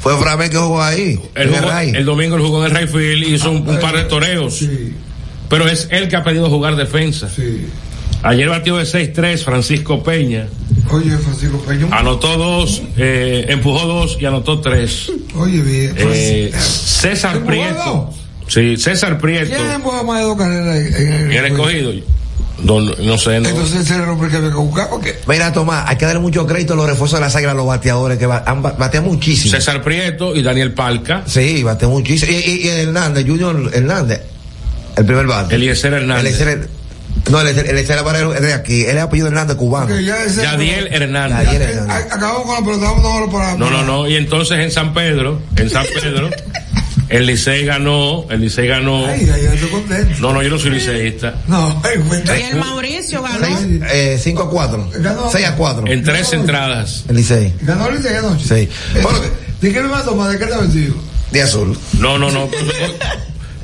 Speaker 3: Fue Framel que jugó ahí.
Speaker 4: El,
Speaker 3: en el
Speaker 4: jugó-
Speaker 3: Rai.
Speaker 4: el domingo el jugó en el Rayfield hizo un, un par de toreos. Pero es él que ha pedido jugar defensa. Ayer batió de 6-3 Francisco Peña.
Speaker 2: Oye, Francisco Peña.
Speaker 4: Anotó dos, eh, empujó dos y anotó tres.
Speaker 2: Oye, bien.
Speaker 4: Eh, César Prieto. Sí, César Prieto.
Speaker 2: ¿Quién empujó más de dos carreras en el-
Speaker 4: Y el escogido. Don- no sé, no.
Speaker 3: Entonces
Speaker 2: ese era el hombre que había que buscar,
Speaker 3: Mira, Tomás, hay que darle mucho crédito a los refuerzos de las águilas, a los bateadores, que ba- han ba- batean muchísimo.
Speaker 4: César Prieto y Daniel Palca.
Speaker 3: Sí, batean muchísimo. Y, y- y Hernández, Junior Hernández, el primer bate.
Speaker 4: Eliezer Hernández.
Speaker 3: Eliezer- no, Eliezer, Eliezer Alvarez es de aquí, él es apellido Hernández cubano.
Speaker 2: ese-
Speaker 4: Yadiel Hernández.
Speaker 3: Yadiel Hernández.
Speaker 2: Acabamos con la pelota, vamos ahora para.
Speaker 4: No, no, no. Y entonces en San Pedro, en San Pedro, el Licey ganó, el Licey ganó.
Speaker 2: Ay, ay, yo estoy contento.
Speaker 4: No, no, yo no soy liceísta.
Speaker 2: No, ay, cuenta.
Speaker 12: Y el Mauricio ganó.
Speaker 3: 5 Eh, a 4.
Speaker 2: Ganó.
Speaker 3: 6 a 4.
Speaker 4: En tres entradas.
Speaker 3: El Licey.
Speaker 2: Ganó el Licey anoche. Eh,
Speaker 3: Sí.
Speaker 2: Bueno, ¿de qué me va a tomar? ¿De qué está vencido?
Speaker 3: De azul.
Speaker 4: No, no, no.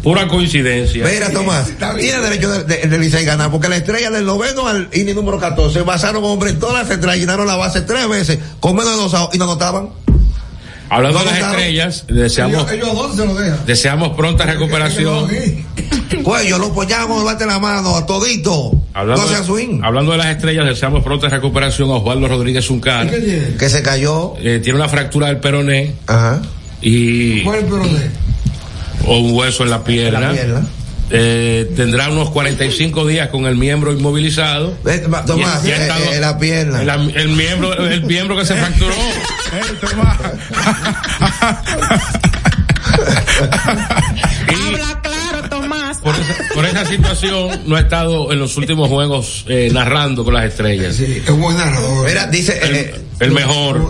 Speaker 4: Pura coincidencia.
Speaker 3: Mira, Tomás, tiene derecho de- de- del Licey ganar, porque la estrella del noveno al inning número 14 basaron hombres en todas las entradas, llenaron la base tres veces, con menos de dos outs, y no anotaban.
Speaker 4: Hablando de las
Speaker 3: Vamos,
Speaker 4: estrellas, deseamos,
Speaker 2: Ellos a dos se lo dejan.
Speaker 4: deseamos pronta recuperación.
Speaker 3: Cuello, Pues, lo apoyamos, bate la mano a todito.
Speaker 4: Hablando,
Speaker 3: no sea swing.
Speaker 4: de, hablando de las estrellas, deseamos pronta recuperación a Osvaldo Rodríguez Uncar.
Speaker 3: Que se cayó.
Speaker 4: tiene una fractura del peroné.
Speaker 3: Ajá.
Speaker 4: Y,
Speaker 2: ¿Cuál es el peroné?
Speaker 4: o un hueso en la pierna.
Speaker 3: La pierna.
Speaker 4: Eh, tendrá unos 45 días con el miembro inmovilizado.
Speaker 3: Tomás,
Speaker 4: Y- y ha
Speaker 3: eh,
Speaker 4: estado-
Speaker 3: eh, la pierna.
Speaker 4: El, am- el miembro, el miembro que se
Speaker 3: (laughs)
Speaker 4: fracturó.
Speaker 12: Habla Ah, claro, Tomás.
Speaker 4: por esa, por esa situación no ha estado en los últimos juegos eh, narrando con las estrellas.
Speaker 2: Sí, es buen narrador.
Speaker 3: Mira, dice,
Speaker 4: El,
Speaker 3: eh,
Speaker 4: el mejor,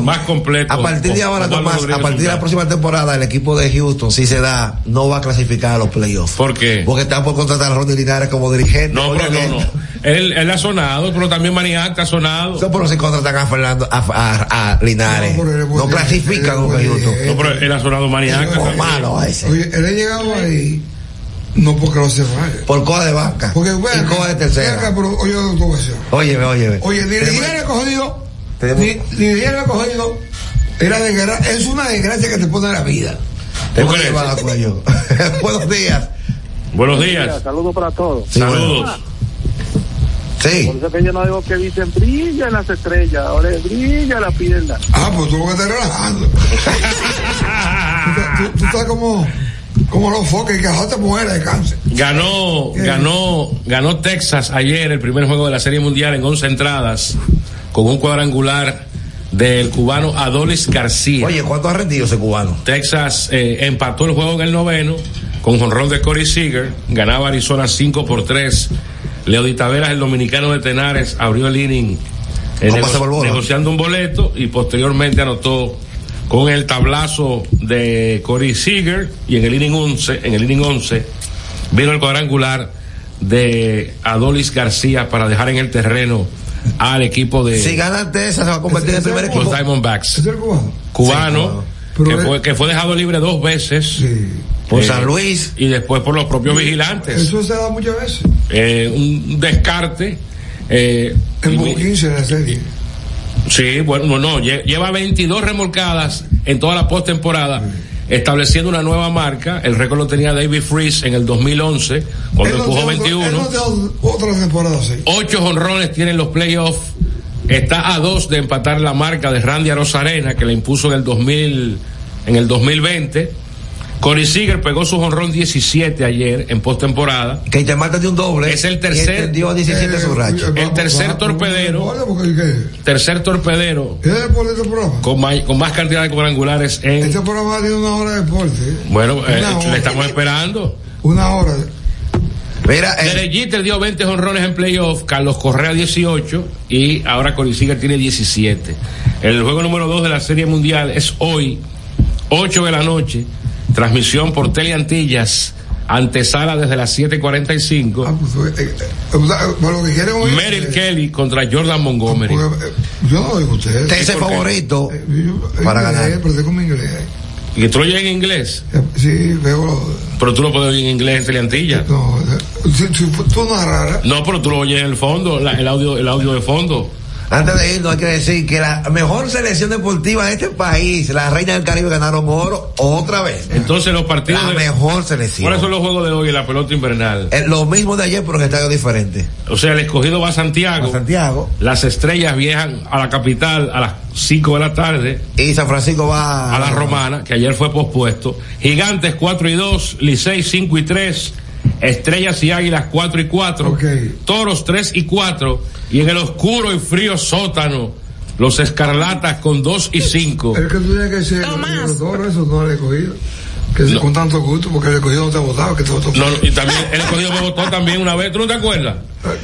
Speaker 4: más completo.
Speaker 3: A partir de
Speaker 4: Juan
Speaker 3: ahora,
Speaker 4: Pablo
Speaker 3: Tomás,
Speaker 4: Rodríguez
Speaker 3: a partir de la
Speaker 4: Hurtado.
Speaker 3: próxima temporada, el equipo de Houston, si se da, no va a clasificar a los playoffs.
Speaker 4: ¿Por qué?
Speaker 3: Porque está por contratar a Ronnie Linares como dirigente.
Speaker 4: No, pero
Speaker 3: Oigan
Speaker 4: no, no.
Speaker 3: esto.
Speaker 4: (laughs) Él, él ha sonado, pero también Maniac ha sonado.
Speaker 3: No, pero si contratan a Fernando, a, a- a Linares, no, clasifican con Houston.
Speaker 4: No, pero él ha sonado Maniac.
Speaker 3: malo ese.
Speaker 2: Oye, él ha llegado ahí no porque lo se falle.
Speaker 3: Por coja de banca.
Speaker 2: Porque, bueno,
Speaker 3: Y coja de tercera.
Speaker 2: venga, pero, oye, otra ocasión.
Speaker 3: Óyeme, óyeme.
Speaker 2: Oye, ni Didier ha cogido.
Speaker 3: Tenemos-
Speaker 2: Ni ni Didier ha cogido. Era desgra- es una desgracia que te pone la vida.
Speaker 3: ¿Tú crees? (laughs) Buenos días.
Speaker 4: Buenos días.
Speaker 14: Saludos para todos.
Speaker 3: Sí,
Speaker 4: Saludos.
Speaker 3: Sí.
Speaker 14: Por eso es que yo no digo que dicen brillan las estrellas, ahora es brilla la pierna.
Speaker 2: Ah, pues tú lo que estás relajando. tú,
Speaker 3: Ah,
Speaker 2: tú- tú estás como, como los foques que ajaste mujeres de cáncer.
Speaker 4: Ganó, ganó, ganó Texas ayer el primer juego de la Serie Mundial en 11 entradas con un cuadrangular del cubano Adolis García.
Speaker 3: Oye, ¿cuánto ha rendido ese cubano?
Speaker 4: Texas eh, empató el juego en el noveno con jonrón de Corey Seager, ganaba Arizona 5 por 3. Leo Taveras, el dominicano de Tenares, abrió el inning eh,
Speaker 3: ¿Cómo
Speaker 4: nego-
Speaker 3: se volvó, no?
Speaker 4: negociando un boleto y posteriormente anotó con el tablazo de Corey Seager y en el inning 11, en el inning 11 vino el cuadrangular de Adolis García para dejar en el terreno al equipo de
Speaker 3: Si ganan Texas, se va a convertir en el primer
Speaker 4: los
Speaker 3: equipo.
Speaker 4: Diamondbacks
Speaker 2: ¿Es el cubano?
Speaker 4: cubano que, fue, que fue dejado libre dos veces eh,
Speaker 3: Por San Luis.
Speaker 4: y después por los propios vigilantes
Speaker 2: Eso se da muchas veces.
Speaker 4: Eh, un descarte eh, y
Speaker 2: En
Speaker 4: mi-
Speaker 2: 15 en la serie.
Speaker 4: sí bueno no, no, lle- lleva 22 remolcadas en toda la postemporada estableciendo una nueva marca el récord lo tenía David Freeze en el 2011 cuando
Speaker 2: Él no
Speaker 4: empujó
Speaker 2: tiene
Speaker 4: 21
Speaker 2: otro- él no tiene otra temporada así.
Speaker 4: Ocho jonrones tienen los playoffs. Está a dos de empatar la marca de Randy Arozarena, que le impuso en el 2000, en el 2020. Corey Seager pegó su jonrón 17 ayer en postemporada.
Speaker 3: Que te mata de un doble.
Speaker 4: Es el
Speaker 3: Y
Speaker 4: tercer,
Speaker 3: extendió a
Speaker 2: Eh,
Speaker 3: 17 su racha.
Speaker 4: el tercer torpedero,
Speaker 2: Oye, porque el que-
Speaker 4: tercer torpedero
Speaker 2: ¿Es el deporte de este programa?
Speaker 4: con más, con más cantidad de cuadrangulares en,
Speaker 2: Este programa tiene una hora de deporte. ¿eh?
Speaker 4: Eh. bueno, eh,
Speaker 2: Una
Speaker 4: le
Speaker 2: hora.
Speaker 4: estamos esperando.
Speaker 2: Una hora.
Speaker 3: Mira,
Speaker 2: eh,
Speaker 4: Derek Jeter dio 20 honrones en playoff, Carlos Correa 18 y ahora Corey Seager tiene 17. El juego número 2 de la Serie Mundial es hoy, 8 de la noche, transmisión por Tele Antillas, antesala desde las
Speaker 2: Ah,
Speaker 4: 7.45.
Speaker 2: pues, eh, Para lo eh, que quieren oír.
Speaker 4: Merrill Kelly contra Jordan Montgomery.
Speaker 2: eh, Yo no oigo a Eh, ustedes.
Speaker 3: Texas es favorito para
Speaker 2: Inglés,
Speaker 3: ganar.
Speaker 2: Pero tengo mi inglés.
Speaker 4: Y tú lo oyes en inglés,
Speaker 2: eh, Sí, veo.
Speaker 4: pero tú lo puedes oír en inglés en Tele Antillas.
Speaker 2: No, eh, si, si tú narraras.
Speaker 4: No, pero tú lo oyes en el fondo, la- el audio, el audio de fondo.
Speaker 3: Antes de irnos, hay que decir que la mejor selección deportiva de este país, la Reina del Caribe, ganaron oro otra vez.
Speaker 4: Entonces los partidos...
Speaker 3: La
Speaker 4: de-
Speaker 3: mejor selección.
Speaker 4: ¿Cuáles son los juegos de hoy en la pelota invernal?
Speaker 3: Eh, lo mismo de ayer, pero en estadios diferentes.
Speaker 4: O sea, el escogido va a Santiago.
Speaker 3: Santiago.
Speaker 4: Las estrellas viajan a la capital a las 5 de la tarde.
Speaker 3: Y San Francisco va
Speaker 4: A la romana, que ayer fue pospuesto. Gigantes 4 y 2, Licey 5 y 3, Estrellas y Águilas 4 y 4,
Speaker 2: Ok.
Speaker 4: Toros 3 y 4, y en el oscuro y frío sótano, los Escarlatas con 2 y 5.
Speaker 2: Es que tú tienes que ser.
Speaker 12: Tomás.
Speaker 2: Todo eso no lo he cogido. Que se- con tanto gusto, porque el cogido no te ha votado, que te votó.
Speaker 4: No, no, y también el escogido me votó también una vez, ¿tú no te acuerdas?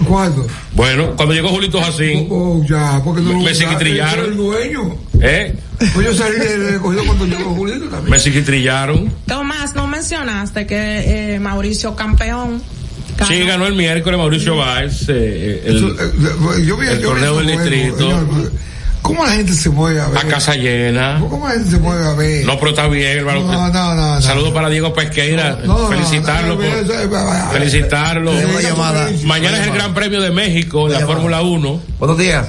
Speaker 2: ¿Cuándo?
Speaker 4: Bueno, cuando llegó Julito Jacín,
Speaker 2: Oh, ya, porque no
Speaker 4: Me- me
Speaker 2: votaste,
Speaker 4: psiquitrillaron.
Speaker 2: yo era el dueño.
Speaker 4: ¿eh?
Speaker 2: Pues yo salí del cogido cuando llegó Julito también.
Speaker 4: Me psiquitrillaron.
Speaker 12: Tomás, no mencionaste que eh, Mauricio campeón.
Speaker 4: Sí, ganó el miércoles Mauricio Báez. eh, el-
Speaker 2: Eso, eh, eh, yo vi-
Speaker 4: el
Speaker 2: yo vi
Speaker 4: torneo
Speaker 2: ese
Speaker 4: del
Speaker 2: juego,
Speaker 4: distrito.
Speaker 2: señor, ¿Cómo la gente se mueve a ver?
Speaker 4: a casa llena.
Speaker 2: ¿Cómo la gente se mueve a ver?
Speaker 4: No, pero está bien, hermano.
Speaker 2: No, no, no, no.
Speaker 4: Saludos para Diego Pesqueira.
Speaker 2: No, no,
Speaker 4: felicitarlo.
Speaker 2: no, no,
Speaker 4: por-
Speaker 2: eso es- va- va-
Speaker 4: felicitarlo.
Speaker 3: Tengo una llamada.
Speaker 4: Mañana es el Gran Premio de México en la
Speaker 3: llamada.
Speaker 4: Fórmula 1.
Speaker 3: Buenos días.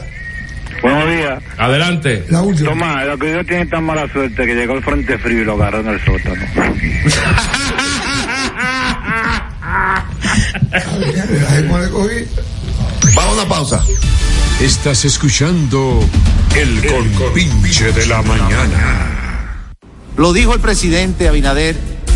Speaker 14: Buenos días.
Speaker 4: Adelante.
Speaker 2: La última.
Speaker 14: Tomás, lo que yo tiene tan mala suerte que llegó el frente frío y lo agarró en
Speaker 4: (laughs)
Speaker 14: el sótano.
Speaker 2: Ahí cuando le cogí.
Speaker 3: Vamos a una pausa.
Speaker 5: Estás escuchando El Compinche de la Mañana.
Speaker 7: Lo dijo el presidente Abinader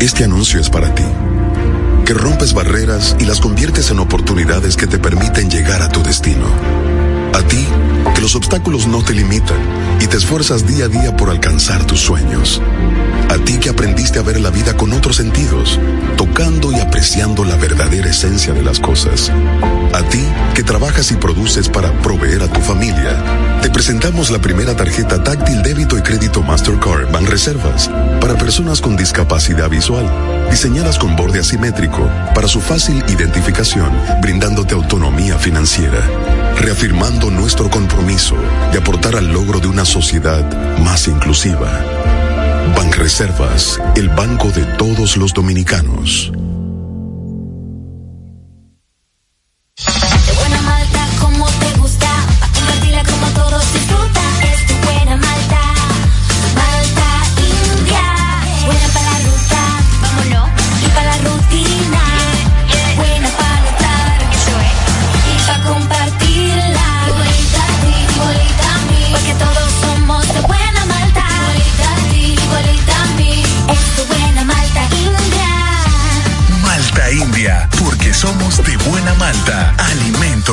Speaker 6: Este anuncio es para ti, que rompes barreras y las conviertes en oportunidades que te permiten llegar a tu destino. A ti, que los obstáculos no te limitan y te esfuerzas día a día por alcanzar tus sueños. A ti que aprendiste a ver la vida con otros sentidos, tocando y apreciando la verdadera esencia de las cosas. A ti que trabajas y produces para proveer a tu familia, te presentamos la primera tarjeta táctil débito y crédito Mastercard Banreservas para personas con discapacidad visual, diseñadas con borde asimétrico para su fácil identificación, brindándote autonomía financiera, reafirmando nuestro compromiso de aportar al logro de una sociedad más inclusiva. Banreservas, el banco de todos los dominicanos.
Speaker 10: De buena malta como te gusta, pa' compartirla como todos disfrutan. Es tu buena malta, malta india. Buena para la ruta, vámonos, y para la rutina. Buena para notar, eso es. Y para compartirla. Igualita a ti, igualita a mí. Porque todos somos de buena malta. Igualita a ti, igualita a mí. Es tu buena malta india.
Speaker 15: Malta India, porque somos de buena malta, alimento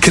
Speaker 11: Que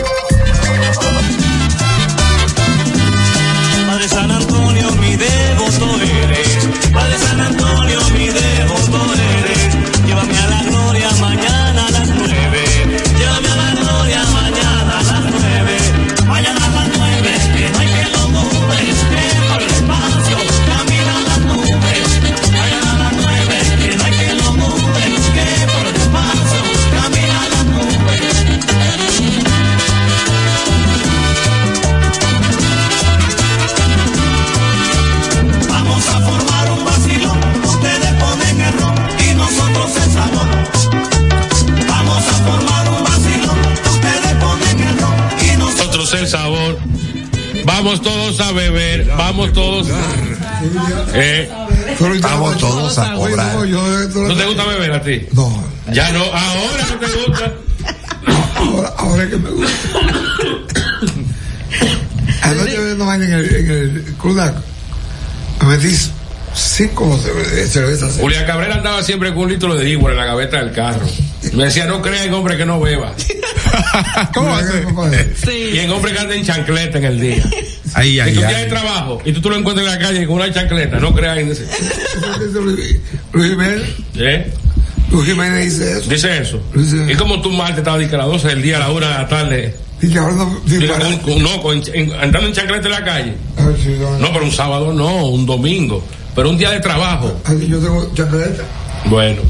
Speaker 16: Padre San Antonio, mi devoto eres. Padre San Antonio, mi devoto eres. Llévame a la gloria mañana a las nueve. Llévame a la gloria mañana a las nueve. Mañana a las nueve, que no hay que lo dudes. Quema el espacio, camina a las nubes. Mañana a las nueve, que no hay que lo dudes. Quema el espacio, camina a las nubes. Vamos a formar un vacilón, ustedes ponen el rock y nosotros el sabor. Vamos a formar un vacilón, ustedes ponen el rock y nosotros
Speaker 4: Nosotros el sabor. Vamos todos a beber, vamos todos. Eh,
Speaker 3: Vamos todos a cobrar.
Speaker 2: eh,
Speaker 4: ¿No te gusta beber a ti?
Speaker 2: No.
Speaker 4: Ya no, ahora no te gusta.
Speaker 2: Ahora, ahora que me gusta. Anoche viendo vaina en el, en el Club Daco, me metí cinco cerve- cervezas.
Speaker 4: Julián Cabrera andaba siempre con un litro de igual en la gaveta del carro. Me decía, no crea en hombre que no beba.
Speaker 2: (laughs) ¿Cómo
Speaker 4: Y en hombre que anda en chancleta en el día.
Speaker 1: Ahí,
Speaker 4: si
Speaker 1: ahí,
Speaker 4: tú
Speaker 1: ahí.
Speaker 4: tienes trabajo y tú, tú lo encuentras en la calle con una chancleta, no creas en ese.
Speaker 2: Luis Jiménez,
Speaker 4: ¿Eh?
Speaker 2: Luis Jiménez dice eso.
Speaker 4: Dice eso. Y como tú mal te estabas diciendo a las 12 del día, a la hora de la tarde.
Speaker 2: Y que ahora no.
Speaker 4: Digo, con- con- no, con- en- andando en chancleta en la calle. No, pero un sábado no, un domingo. Pero un día de trabajo.
Speaker 2: Ah, Yo tengo chancleta.
Speaker 4: Bueno.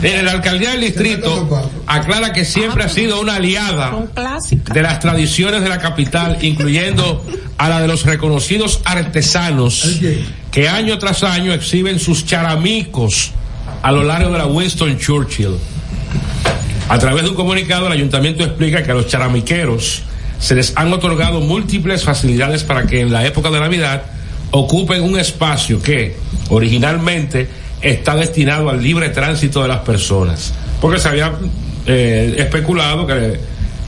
Speaker 4: Mire, la alcaldía del distrito aclara que siempre ha sido una
Speaker 3: Ah.
Speaker 4: aliada de las tradiciones de la capital, incluyendo a la de los reconocidos artesanos que año tras año exhiben sus charamicos a lo largo de la Winston Churchill. A través de un comunicado, el ayuntamiento explica que a los charamiqueros se les han otorgado múltiples facilidades para que en la época de Navidad ocupen un espacio que originalmente está destinado al libre tránsito de las personas. Porque se había eh, especulado que le,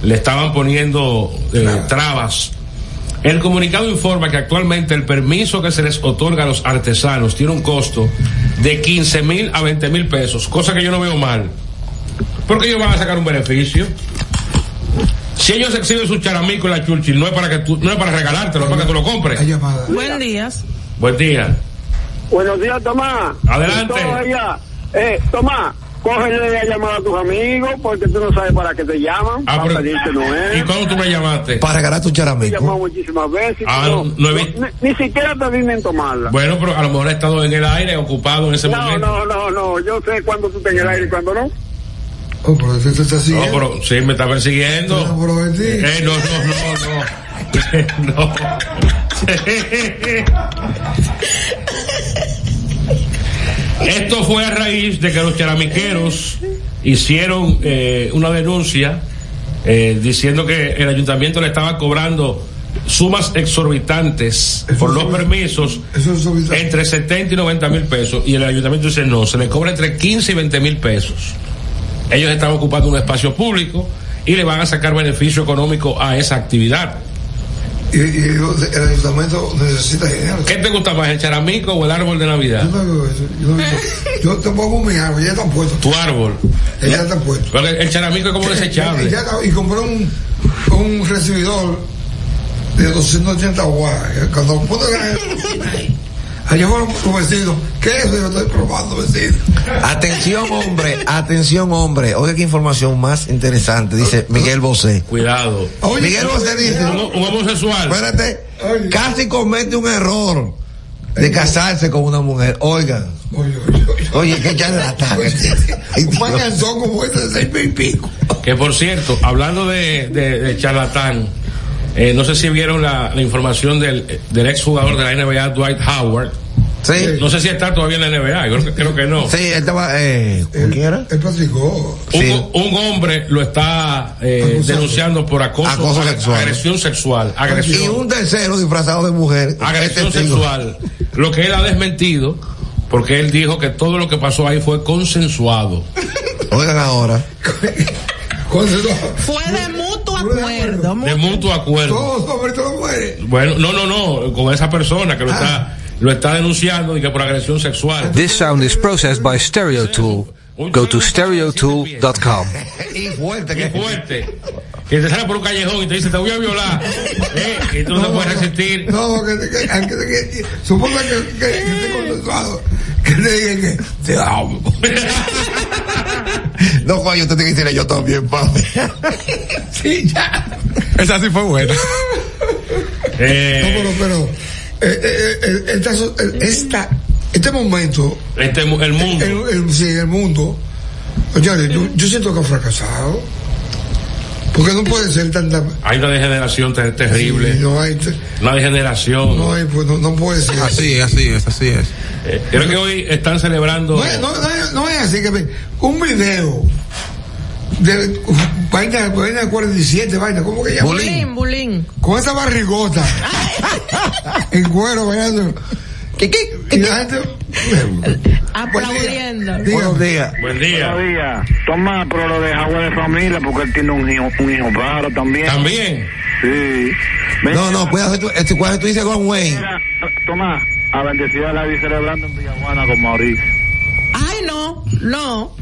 Speaker 4: le estaban poniendo eh, trabas. El comunicado informa que actualmente el permiso que se les otorga a los artesanos tiene un costo de 15 mil a 20 mil pesos, cosa que yo no veo mal. Porque ellos van a sacar un beneficio. Si ellos exhiben su charamico en la Churchill, no es para que tú, no es para regalártelo, es para que tú lo compres.
Speaker 12: Buen días.
Speaker 4: Buen día.
Speaker 14: Buenos días, Tomás.
Speaker 4: Adelante.
Speaker 14: Todavía, eh, Tomás, cógele la llamada a tus amigos porque tú no sabes para qué te llaman.
Speaker 4: Ah,
Speaker 14: para
Speaker 4: pero-
Speaker 14: pedirte no es.
Speaker 4: ¿Y cuándo tú me llamaste?
Speaker 3: Para regalar tu
Speaker 14: Te he
Speaker 3: charamico.
Speaker 14: llamado muchísimas veces.
Speaker 4: Ah,
Speaker 14: no,
Speaker 4: no, no he visto.
Speaker 14: ni, ni siquiera te vine en tomarla.
Speaker 4: Bueno, pero a lo mejor ha estado en el aire, ocupado en ese
Speaker 14: no,
Speaker 4: momento.
Speaker 14: no, no, no. Yo sé cuándo tú te en el aire y cuándo no.
Speaker 2: Oh, pero este te está
Speaker 4: No,
Speaker 2: siguiendo.
Speaker 4: pero sí, me está persiguiendo.
Speaker 2: No, pero ven, sí.
Speaker 4: Eh, no, no, no, eh, no. no. Esto fue a raíz de que los charamiqueros hicieron eh, una denuncia eh, diciendo que el ayuntamiento le estaba cobrando sumas exorbitantes por los permisos entre 70 y 90 mil pesos y el ayuntamiento dice no, se le cobra entre 15 y 20 mil pesos ellos están ocupando un espacio público y le van a sacar beneficio económico a esa actividad.
Speaker 2: Y, y el ayuntamiento necesita dinero.
Speaker 4: ¿Qué te gusta más, el charamico o el árbol de Navidad?
Speaker 2: Yo, no veo eso, yo, no veo eso. Yo te pongo mi árbol, ya está puesto.
Speaker 4: Tu árbol.
Speaker 2: Ya está puesto.
Speaker 4: Pero el el charamico es como desechable.
Speaker 2: Y, ya está- y compré un, un recibidor de 280 watts. Cuando pude allá fueron los vecinos. ¿Qué es eso? Yo estoy probando, vecino.
Speaker 3: Atención, hombre, atención, hombre. Oiga, qué información más interesante, dice Miguel Bosé.
Speaker 4: Cuidado.
Speaker 3: Miguel Bosé dice:
Speaker 4: Un homosexual.
Speaker 3: Espérate, casi comete un error de casarse con una mujer. Oiga. Oye, qué charlatán.
Speaker 2: Un canzón como este de seis mil y pico.
Speaker 4: Que por cierto, hablando de, de- de charlatán, eh, no sé si vieron la, la información del, del ex jugador de la NBA, Dwight Howard. No sé si está todavía en la NBA, yo creo, creo que no.
Speaker 3: Sí, él estaba. Eh, ¿Quién era?
Speaker 2: Él platicó.
Speaker 4: Un, un hombre lo está eh, denunciando por acoso,
Speaker 3: Acoso
Speaker 4: ag-
Speaker 3: sexual.
Speaker 4: agresión sexual,
Speaker 3: Y
Speaker 4: agresión,
Speaker 3: un tercero disfrazado de mujer.
Speaker 4: agresión
Speaker 3: Este testigo.
Speaker 4: sexual. Lo que él ha desmentido, porque él dijo que todo lo que pasó ahí fue consensuado.
Speaker 3: Oigan ahora.
Speaker 12: Fue de mutuo acuerdo.
Speaker 4: De mutuo acuerdo.
Speaker 2: Todos los hombres, todos los mujeres.
Speaker 4: Bueno, no, no, no, con esa persona que lo está lo está denunciando y que por agresión sexual.
Speaker 17: This sound is processed by StereoTool. Go to stereotool.com.
Speaker 3: Y fuerte,
Speaker 4: que fuerte. Que te sale por un callejón y te dice, te voy a violar. ¿eh? Y tú no, te puedes resistir.
Speaker 2: No, que, que, que, que, que- suponga que, que, que esté consensuado. Que le digan que te amo.
Speaker 3: (laughs) No, coño, usted tiene que decirle yo también, papi.
Speaker 2: sí, ya.
Speaker 1: Esa sí fue buena.
Speaker 4: Eh.
Speaker 2: No, pero, pero eh, eh, eh, esta so- eh, esta- este momento.
Speaker 4: Este mu- el mundo.
Speaker 2: El, el- sí, el mundo. Señores, yo, yo siento que ha fracasado. Porque no puede ser tanta.
Speaker 4: Hay una degeneración ter- terrible.
Speaker 2: No hay,
Speaker 4: Una degeneración.
Speaker 2: no, hay, pues, no, no puede ser.
Speaker 1: Así es, así es, así es.
Speaker 4: Eh, creo que hoy están celebrando.
Speaker 2: No, es- no, no es- no es así que me- un video de vaina, vaina de 47, vaina, ¿cómo que llama?
Speaker 12: Bulín, bulín.
Speaker 2: Con esa barrigota en cuero bailando. Y la gente-
Speaker 12: Aplaudiendo.
Speaker 4: Buen día.
Speaker 14: Buenos días. Toma, pero lo de Jaguar de familia porque él tiene un hijo, un hijo raro también.
Speaker 4: También.
Speaker 14: Sí.
Speaker 3: No, no, cuidado, tú- este cuidado, tú dices Juan Wayne.
Speaker 14: Toma, a bendecida la vi celebrando en Villajuana con Mauricio.
Speaker 12: Ay, no, no.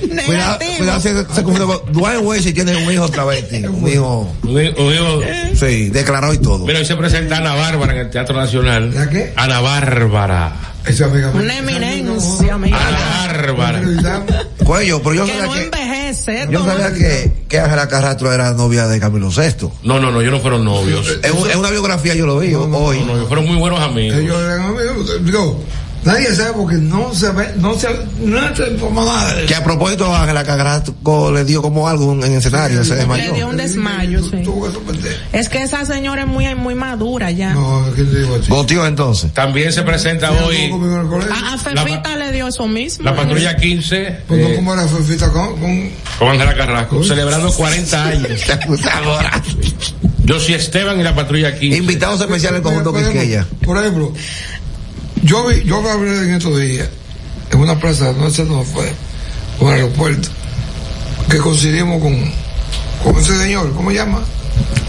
Speaker 3: Cuidado,
Speaker 12: Negativo.
Speaker 3: cuidado, se, se confunde con Dwayne Wade si tiene un hijo travesti, un hijo.
Speaker 4: Un hijo- un hijo-
Speaker 3: Sí, declarado y todo.
Speaker 4: Mira, hoy se presenta Ana Bárbara en el Teatro Nacional.
Speaker 2: ¿La qué?
Speaker 4: Ana Bárbara.
Speaker 2: Esa amiga
Speaker 12: Una eminencia,
Speaker 3: Ah,
Speaker 12: amiga.
Speaker 4: Ana Bárbara.
Speaker 3: Coño, pero Pues yo
Speaker 12: Que no
Speaker 3: sabía que,
Speaker 12: envejece.
Speaker 3: yo
Speaker 12: Tomás.
Speaker 3: sabía que, que Ángela Carrastro era novia de Camilo VI.
Speaker 4: No, no, no, ellos no fueron novios.
Speaker 3: En, un- en una biografía yo lo vi hoy.
Speaker 4: No, ellos fueron muy buenos amigos.
Speaker 2: Ellos eran amigos, digo, nadie sabe porque no se ve, no se no se informa nada. de
Speaker 3: Que a propósito Ángela Carrastro le dio como algo en el escenario, se
Speaker 12: Le dio
Speaker 3: desmayó.
Speaker 12: un desmayo, sí.
Speaker 2: eso, eso, pendejo.
Speaker 12: Es que esa señora es muy, muy madura ya.
Speaker 2: No, ¿qué te digo a ti?
Speaker 3: Gotió entonces.
Speaker 4: También se presenta hoy
Speaker 2: ¿Cómo en el colegio?
Speaker 12: A, a Fefita le dio eso mismo.
Speaker 4: la patrulla 15
Speaker 2: Pues no
Speaker 4: eh,
Speaker 2: como era Fefita con, con
Speaker 4: con Ángela Carrasco, celebrando
Speaker 3: (laughs)
Speaker 4: 40 años.
Speaker 3: Acusadora.
Speaker 4: Yo soy Esteban y la patrulla 15.
Speaker 3: Invitados especiales del conjunto
Speaker 2: Mira, por
Speaker 3: Quisqueya.
Speaker 2: ejemplo, Por ejemplo, yo vi, yo hablé en estos días, en una plaza, no sé dónde fue, un aeropuerto, que coincidimos con, con ese señor, ¿cómo se llama?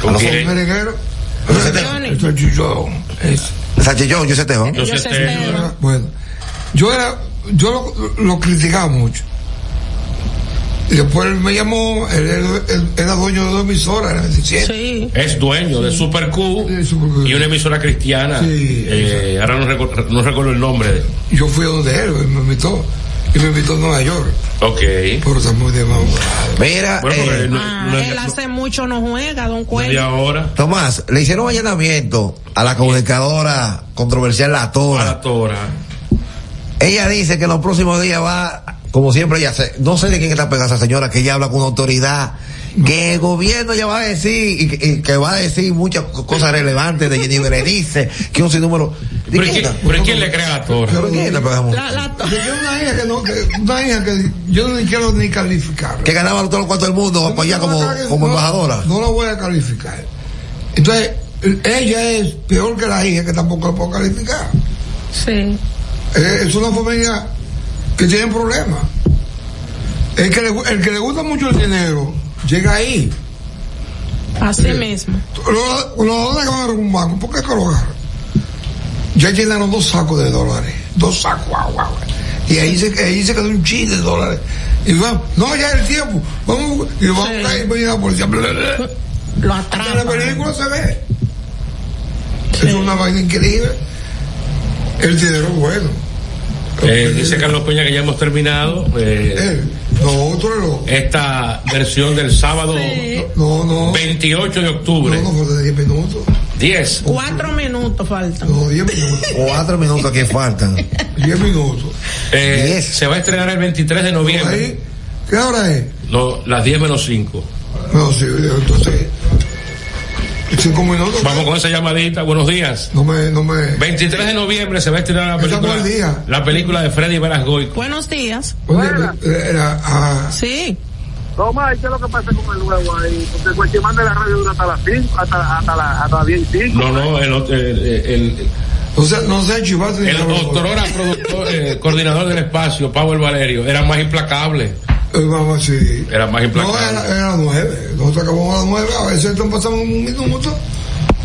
Speaker 4: ¿Con
Speaker 2: Alfonso
Speaker 4: quién?
Speaker 2: Merenguero.
Speaker 12: Johnny.
Speaker 2: Esto es Chichón, eso.
Speaker 3: Sachillón, yo sé te
Speaker 4: Yo soy
Speaker 12: Yo soy Esteban.
Speaker 4: Esteban.
Speaker 2: Ah, Bueno, yo era, yo lo, lo criticaba mucho. Y después él me llamó, él, él- él era dueño de dos emisoras, era 27.
Speaker 4: Es dueño de Super Q y una emisora cristiana. Eh, ahora no recuerdo, no recuerdo el nombre. de-
Speaker 2: Yo fui a donde él, él me invitó. Y me invitó a Nueva York.
Speaker 4: Ok.
Speaker 2: Pero está muy demorado.
Speaker 3: Mira, eh,
Speaker 12: Ah, él hace mucho no juega, don
Speaker 3: Y
Speaker 12: Cuello.
Speaker 4: ahora?
Speaker 3: Tomás, le hicieron allanamiento a la comunicadora controversial La Tora.
Speaker 4: La Tora.
Speaker 3: Ella dice que en los próximos días va, como siempre, ella se- no sé de quién está pegada esa señora, que ella habla con una autoridad, que el gobierno ya va a decir, y, que- y que va a decir muchas co- cosas relevantes de Jenny Berenice, que un sinnúmero. ¿De
Speaker 4: ¿Pero, quién,
Speaker 3: está?
Speaker 4: pero quién le crea a la Tora?
Speaker 3: ¿Pero quién está pegada?
Speaker 2: Yo tengo una hija que no, que- una hija que yo no quiero ni calificar.
Speaker 3: Que ganaba todos los cuartos del mundo, para allá como, como embajadora.
Speaker 2: No la voy a calificar. Entonces, ella es peor que la hija, que tampoco la puedo calificar.
Speaker 12: Sí.
Speaker 2: es una familia que tiene problemas. El que, le, gu- el que le gusta mucho el dinero, llega ahí.
Speaker 12: Así mismo.
Speaker 2: Los lo van a agarrar un banco, ¿por qué que lo agarran? Ya llenaron dos sacos de dólares, dos sacos, guau, guau, guau. Y ahí se, ahí se quedó un ching de dólares. Y va, no, ya es el tiempo, vamos, y vamos a pues, ir a la policía. bla, bla, bla.
Speaker 12: Lo
Speaker 2: En la película se ve. Es una vaina increíble. El dinero es bueno.
Speaker 4: Eh, dice Carlos Peña que ya hemos terminado. eh, Esta versión del sábado 28 de octubre.
Speaker 2: No, falta 10 pues, minutos.
Speaker 4: 10.
Speaker 12: Cuatro minutos faltan.
Speaker 2: No, 10 minutos.
Speaker 3: Cuatro minutos que faltan.
Speaker 2: 10 minutos.
Speaker 4: Eh, Se va a estrenar el 23 de noviembre.
Speaker 2: ¿Qué hora es?
Speaker 4: No, las 10 menos 5.
Speaker 2: No, sí, entonces. Cinco minutos.
Speaker 4: Vamos con esa llamadita. Buenos días.
Speaker 2: No me, no me.
Speaker 4: 23 de noviembre se va a estrenar la película,
Speaker 2: buen día.
Speaker 4: la película de Freddy Veras Goico.
Speaker 12: Buenos días.
Speaker 4: eh,
Speaker 2: Era, ah,
Speaker 12: Sí.
Speaker 14: Toma, ¿y ¿qué es lo que pasa con el huevo ahí? Porque cualquier man de la radio dura hasta las 5, hasta, hasta, la, hasta las 10 y 5.
Speaker 4: No, no, el, otro- el, el,
Speaker 2: no sé, no sé,
Speaker 4: el doctorora productor, eh, coordinador del espacio, Pablo Valerio, era más implacable.
Speaker 2: eh, vamos, sí.
Speaker 4: Era más
Speaker 2: No,
Speaker 4: implacable.
Speaker 2: era, era nueve. Nosotros acabamos a las nueve. A veces nos pasamos un minuto.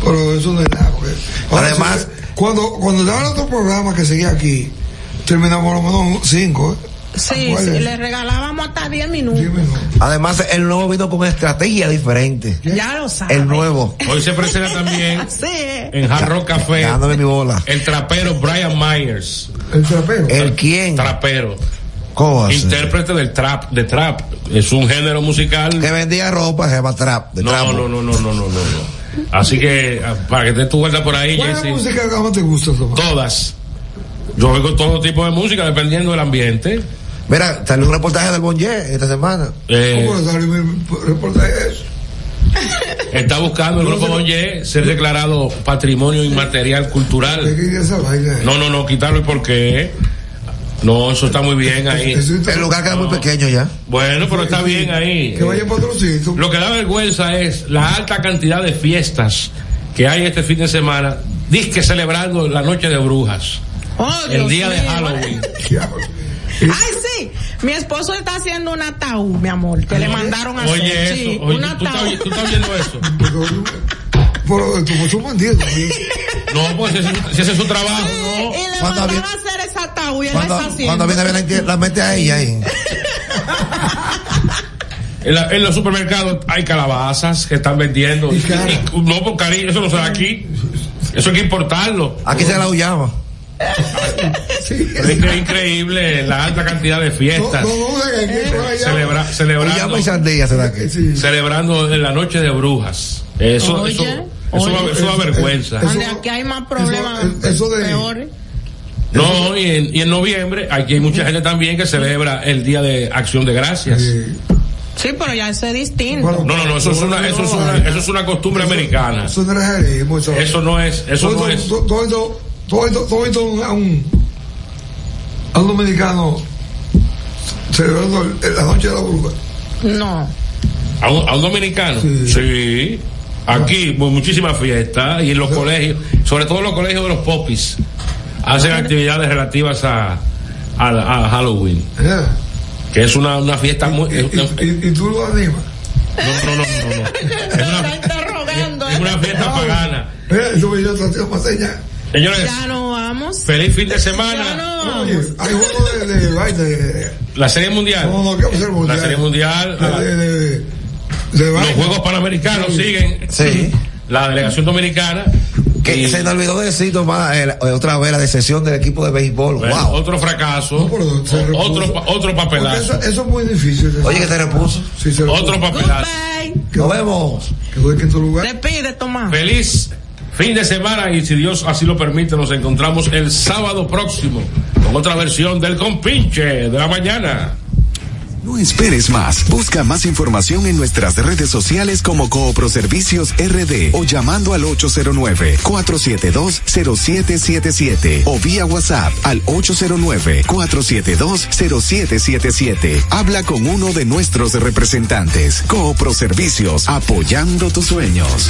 Speaker 2: Pero eso no es nada. porque-
Speaker 3: Además,
Speaker 2: cuando, cuando daban otro programa que seguía aquí, terminamos por lo menos cinco. ¿eh?
Speaker 12: Sí,
Speaker 2: ¿Cuál
Speaker 12: sí,
Speaker 2: es?
Speaker 12: le regalábamos hasta diez minutos.
Speaker 3: Además, el nuevo vino con estrategia diferente.
Speaker 12: Ya lo sabe.
Speaker 3: El nuevo.
Speaker 4: Hoy se presenta también
Speaker 12: Así es.
Speaker 4: en Hard Rock Café
Speaker 3: Dándome mi bola.
Speaker 4: el trapero Brian Myers.
Speaker 2: ¿El trapero?
Speaker 3: ¿El quién?
Speaker 4: Trapero.
Speaker 3: ¿Cómo va a ser?
Speaker 4: Intérprete del trap, de trap. Es un género musical.
Speaker 3: Que vendía ropa, se llama trap. De
Speaker 4: No,
Speaker 3: trapo.
Speaker 4: no, no, no, no, no, no, no. Así que, ah, para que te tu vuelta por ahí,
Speaker 2: ¿Cuál es la
Speaker 4: Jesse.
Speaker 2: música que más te gusta, Tomás?
Speaker 4: Todas. Yo oigo todo tipo de música, dependiendo del ambiente.
Speaker 3: Mira, salió un reportaje del Bonje esta semana.
Speaker 4: Eh,
Speaker 2: ¿Cómo le salió mi reportaje de eso?
Speaker 4: Está buscando el grupo Bonye ser declarado patrimonio inmaterial
Speaker 2: ¿De
Speaker 4: cultural.
Speaker 2: qué es esa vaina?
Speaker 4: No, no, no, quitarlo y por qué. No, eso está muy bien ahí.
Speaker 3: El lugar queda muy pequeño ya.
Speaker 4: Bueno, pero está bien ahí.
Speaker 2: Que vaya para otro sitio.
Speaker 4: Lo que da vergüenza es la alta cantidad de fiestas que hay este fin de semana, disque celebrando la noche de brujas,
Speaker 12: Oh,
Speaker 4: el
Speaker 12: Dios
Speaker 4: día de
Speaker 12: mío.
Speaker 4: Halloween.
Speaker 12: Ay, sí. Mi esposo está haciendo un ataúd, mi amor, que le mandaron a hacer.
Speaker 4: Oye,
Speaker 12: sí,
Speaker 4: eso, oye,
Speaker 12: un
Speaker 4: ¿tú, estás,
Speaker 12: ataúd.
Speaker 4: oy- tú estás oyendo
Speaker 2: (laughs)
Speaker 4: eso?
Speaker 2: Pero eh, tú fuiste un bandido. ¿sí?
Speaker 4: No, pues ese, es su- ese es su trabajo.
Speaker 12: Y le
Speaker 3: Cuando
Speaker 12: mandaron
Speaker 3: había-
Speaker 12: a hacer ese ataúd y él
Speaker 3: Cuando,
Speaker 12: está haciendo.
Speaker 3: cuando viene a ver, la inti- la mete a ella ahí.
Speaker 4: En, la- en los supermercados hay calabazas que están vendiendo. Y- y- no, por cariño, eso no se da aquí. Eso hay que importarlo.
Speaker 3: Aquí se la huyaba.
Speaker 4: Pero es que es increíble la alta cantidad de fiestas. Celebra- celebrando,
Speaker 3: Huyama y sandía se da aquí.
Speaker 4: celebrando en la noche de brujas. Eso,
Speaker 12: Oye,
Speaker 4: eso, eso, da-
Speaker 12: oye.
Speaker 4: eso da vergüenza.
Speaker 12: Donde aquí hay más problemas peores.
Speaker 4: No, y en, y en noviembre aquí hay mucha gente también que celebra el Día de Acción de Gracias.
Speaker 12: Sí, pero ya eso es distinto.
Speaker 4: No, no, no, eso es una, eso es una, eso es una costumbre americana.
Speaker 2: Eso no es realismo, eso.
Speaker 4: Eso no es, eso
Speaker 2: Todo
Speaker 4: no
Speaker 2: esto-
Speaker 4: es.
Speaker 2: Todo esto, todo esto, todo esto un- a un, a un dominicano celebrando el- la noche de la bruja.
Speaker 12: No.
Speaker 4: ¿A un, a un dominicano? Sí. Aquí, pues, muchísimas fiestas y en los colegios, sobre todo en los colegios de los popis, hacen actividades relativas a, a- a Halloween,
Speaker 2: Ya.
Speaker 4: que es una, una fiesta muy. eh, es una-
Speaker 2: Y, y tú lo animas.
Speaker 4: no, no, no, no, no. Es una, es una fiesta pagana.
Speaker 2: Eh, Eso me dio otra tía más allá.
Speaker 4: Señores,
Speaker 12: Ya no vamos.
Speaker 4: Feliz fin de semana.
Speaker 2: Oye, hay juego de, de, vaina de-
Speaker 4: La serie mundial.
Speaker 2: No, no, ¿qué va a ser mundial?
Speaker 4: La serie mundial. la-
Speaker 2: de- de-
Speaker 4: los Juegos Panamericanos siguen. La delegación dominicana.
Speaker 3: Que
Speaker 4: y-
Speaker 3: se nos olvidó decir Tomás, eh, la- eh, otra vez la decepción del equipo de béisbol.
Speaker 4: bueno,
Speaker 3: wow.
Speaker 4: Otro fracazo. otro, pa- otro
Speaker 2: Porque
Speaker 4: papelazo.
Speaker 2: eso, eso es muy difícil.
Speaker 3: Oye, que te repuso.
Speaker 2: Sí, se repuso.
Speaker 4: Otro papelazo.
Speaker 3: Nos vemos.
Speaker 2: Que voy que en tu lugar.
Speaker 12: Despide, Tomás.
Speaker 4: Feliz fin de semana y si Dios así lo permite, nos encontramos el sábado próximo con otra versión del compinche de la mañana.
Speaker 18: No esperes más. Busca más información en nuestras redes sociales como Cooproservicios RD o llamando al 809-472-0777 o vía WhatsApp al 809-472-0777. Habla con uno de nuestros representantes. Cooproservicios, apoyando tus sueños.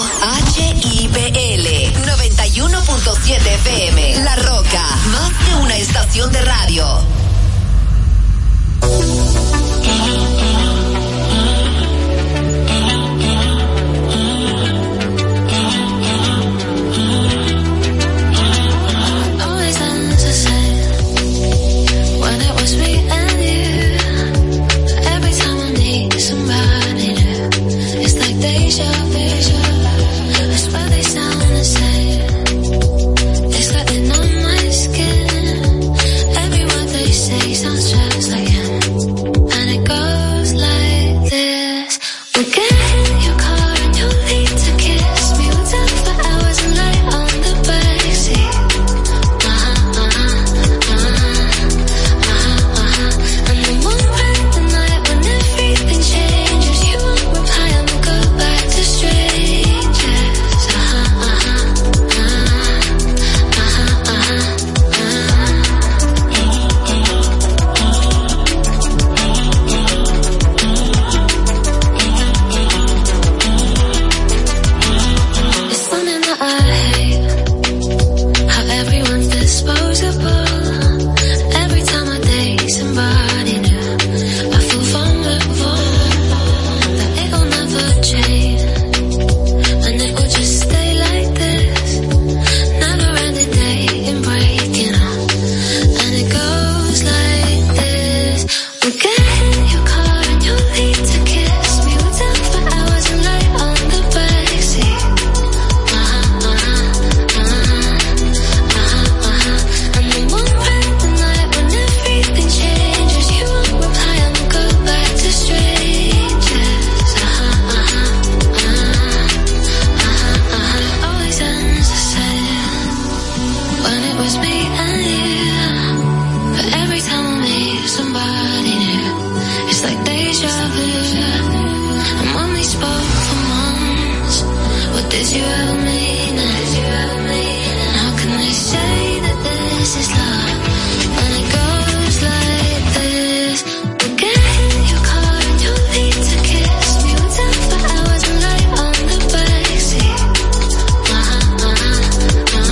Speaker 19: HIPL 91.7 FM, La Roca, más que una estación de radio.
Speaker 10: Always ends the same. When it was me and you, every time I need somebody new, it's like deja vu. I swear they sound the same. They slipping on my skin. Every word they say sounds just like him, and it goes like this: We get in your car and you need to kiss me. We talk for hours and lie on the backseat. It's something that I hate. How everyone's disposable. Every time I date somebody new, I feel vulnerable. That it will never change, and it will just stay like this. Never ending day and breaking up, and it goes like this. We get in your car and you need to kiss me. We talk for hours and lie on the backseat. And we won't end the night when everything changes. You won't reply, and we'll go back to strangers. Uh-huh, uh-huh, uh-huh, uh-huh, uh-huh. Always ends the same. When it was me and you, but every time I meet somebody new, it's like deja vu. And when we spoke for months, what did you ever mean? And How can they say that this is love? When it goes like this, we get in your car and you need to kiss me. We talk for hours and lie on the backseat. Uh-huh,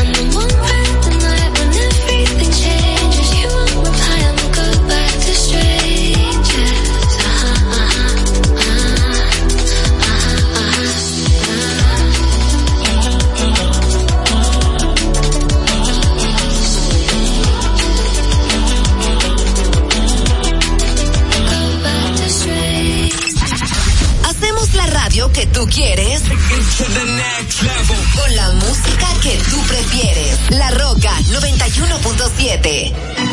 Speaker 10: And we won't end the night when everything changes. You won't reply, and we'll go back to strangers.
Speaker 19: Hacemos la radio que tú quieres. Con la música que tú prefieres. La Roca 91.7.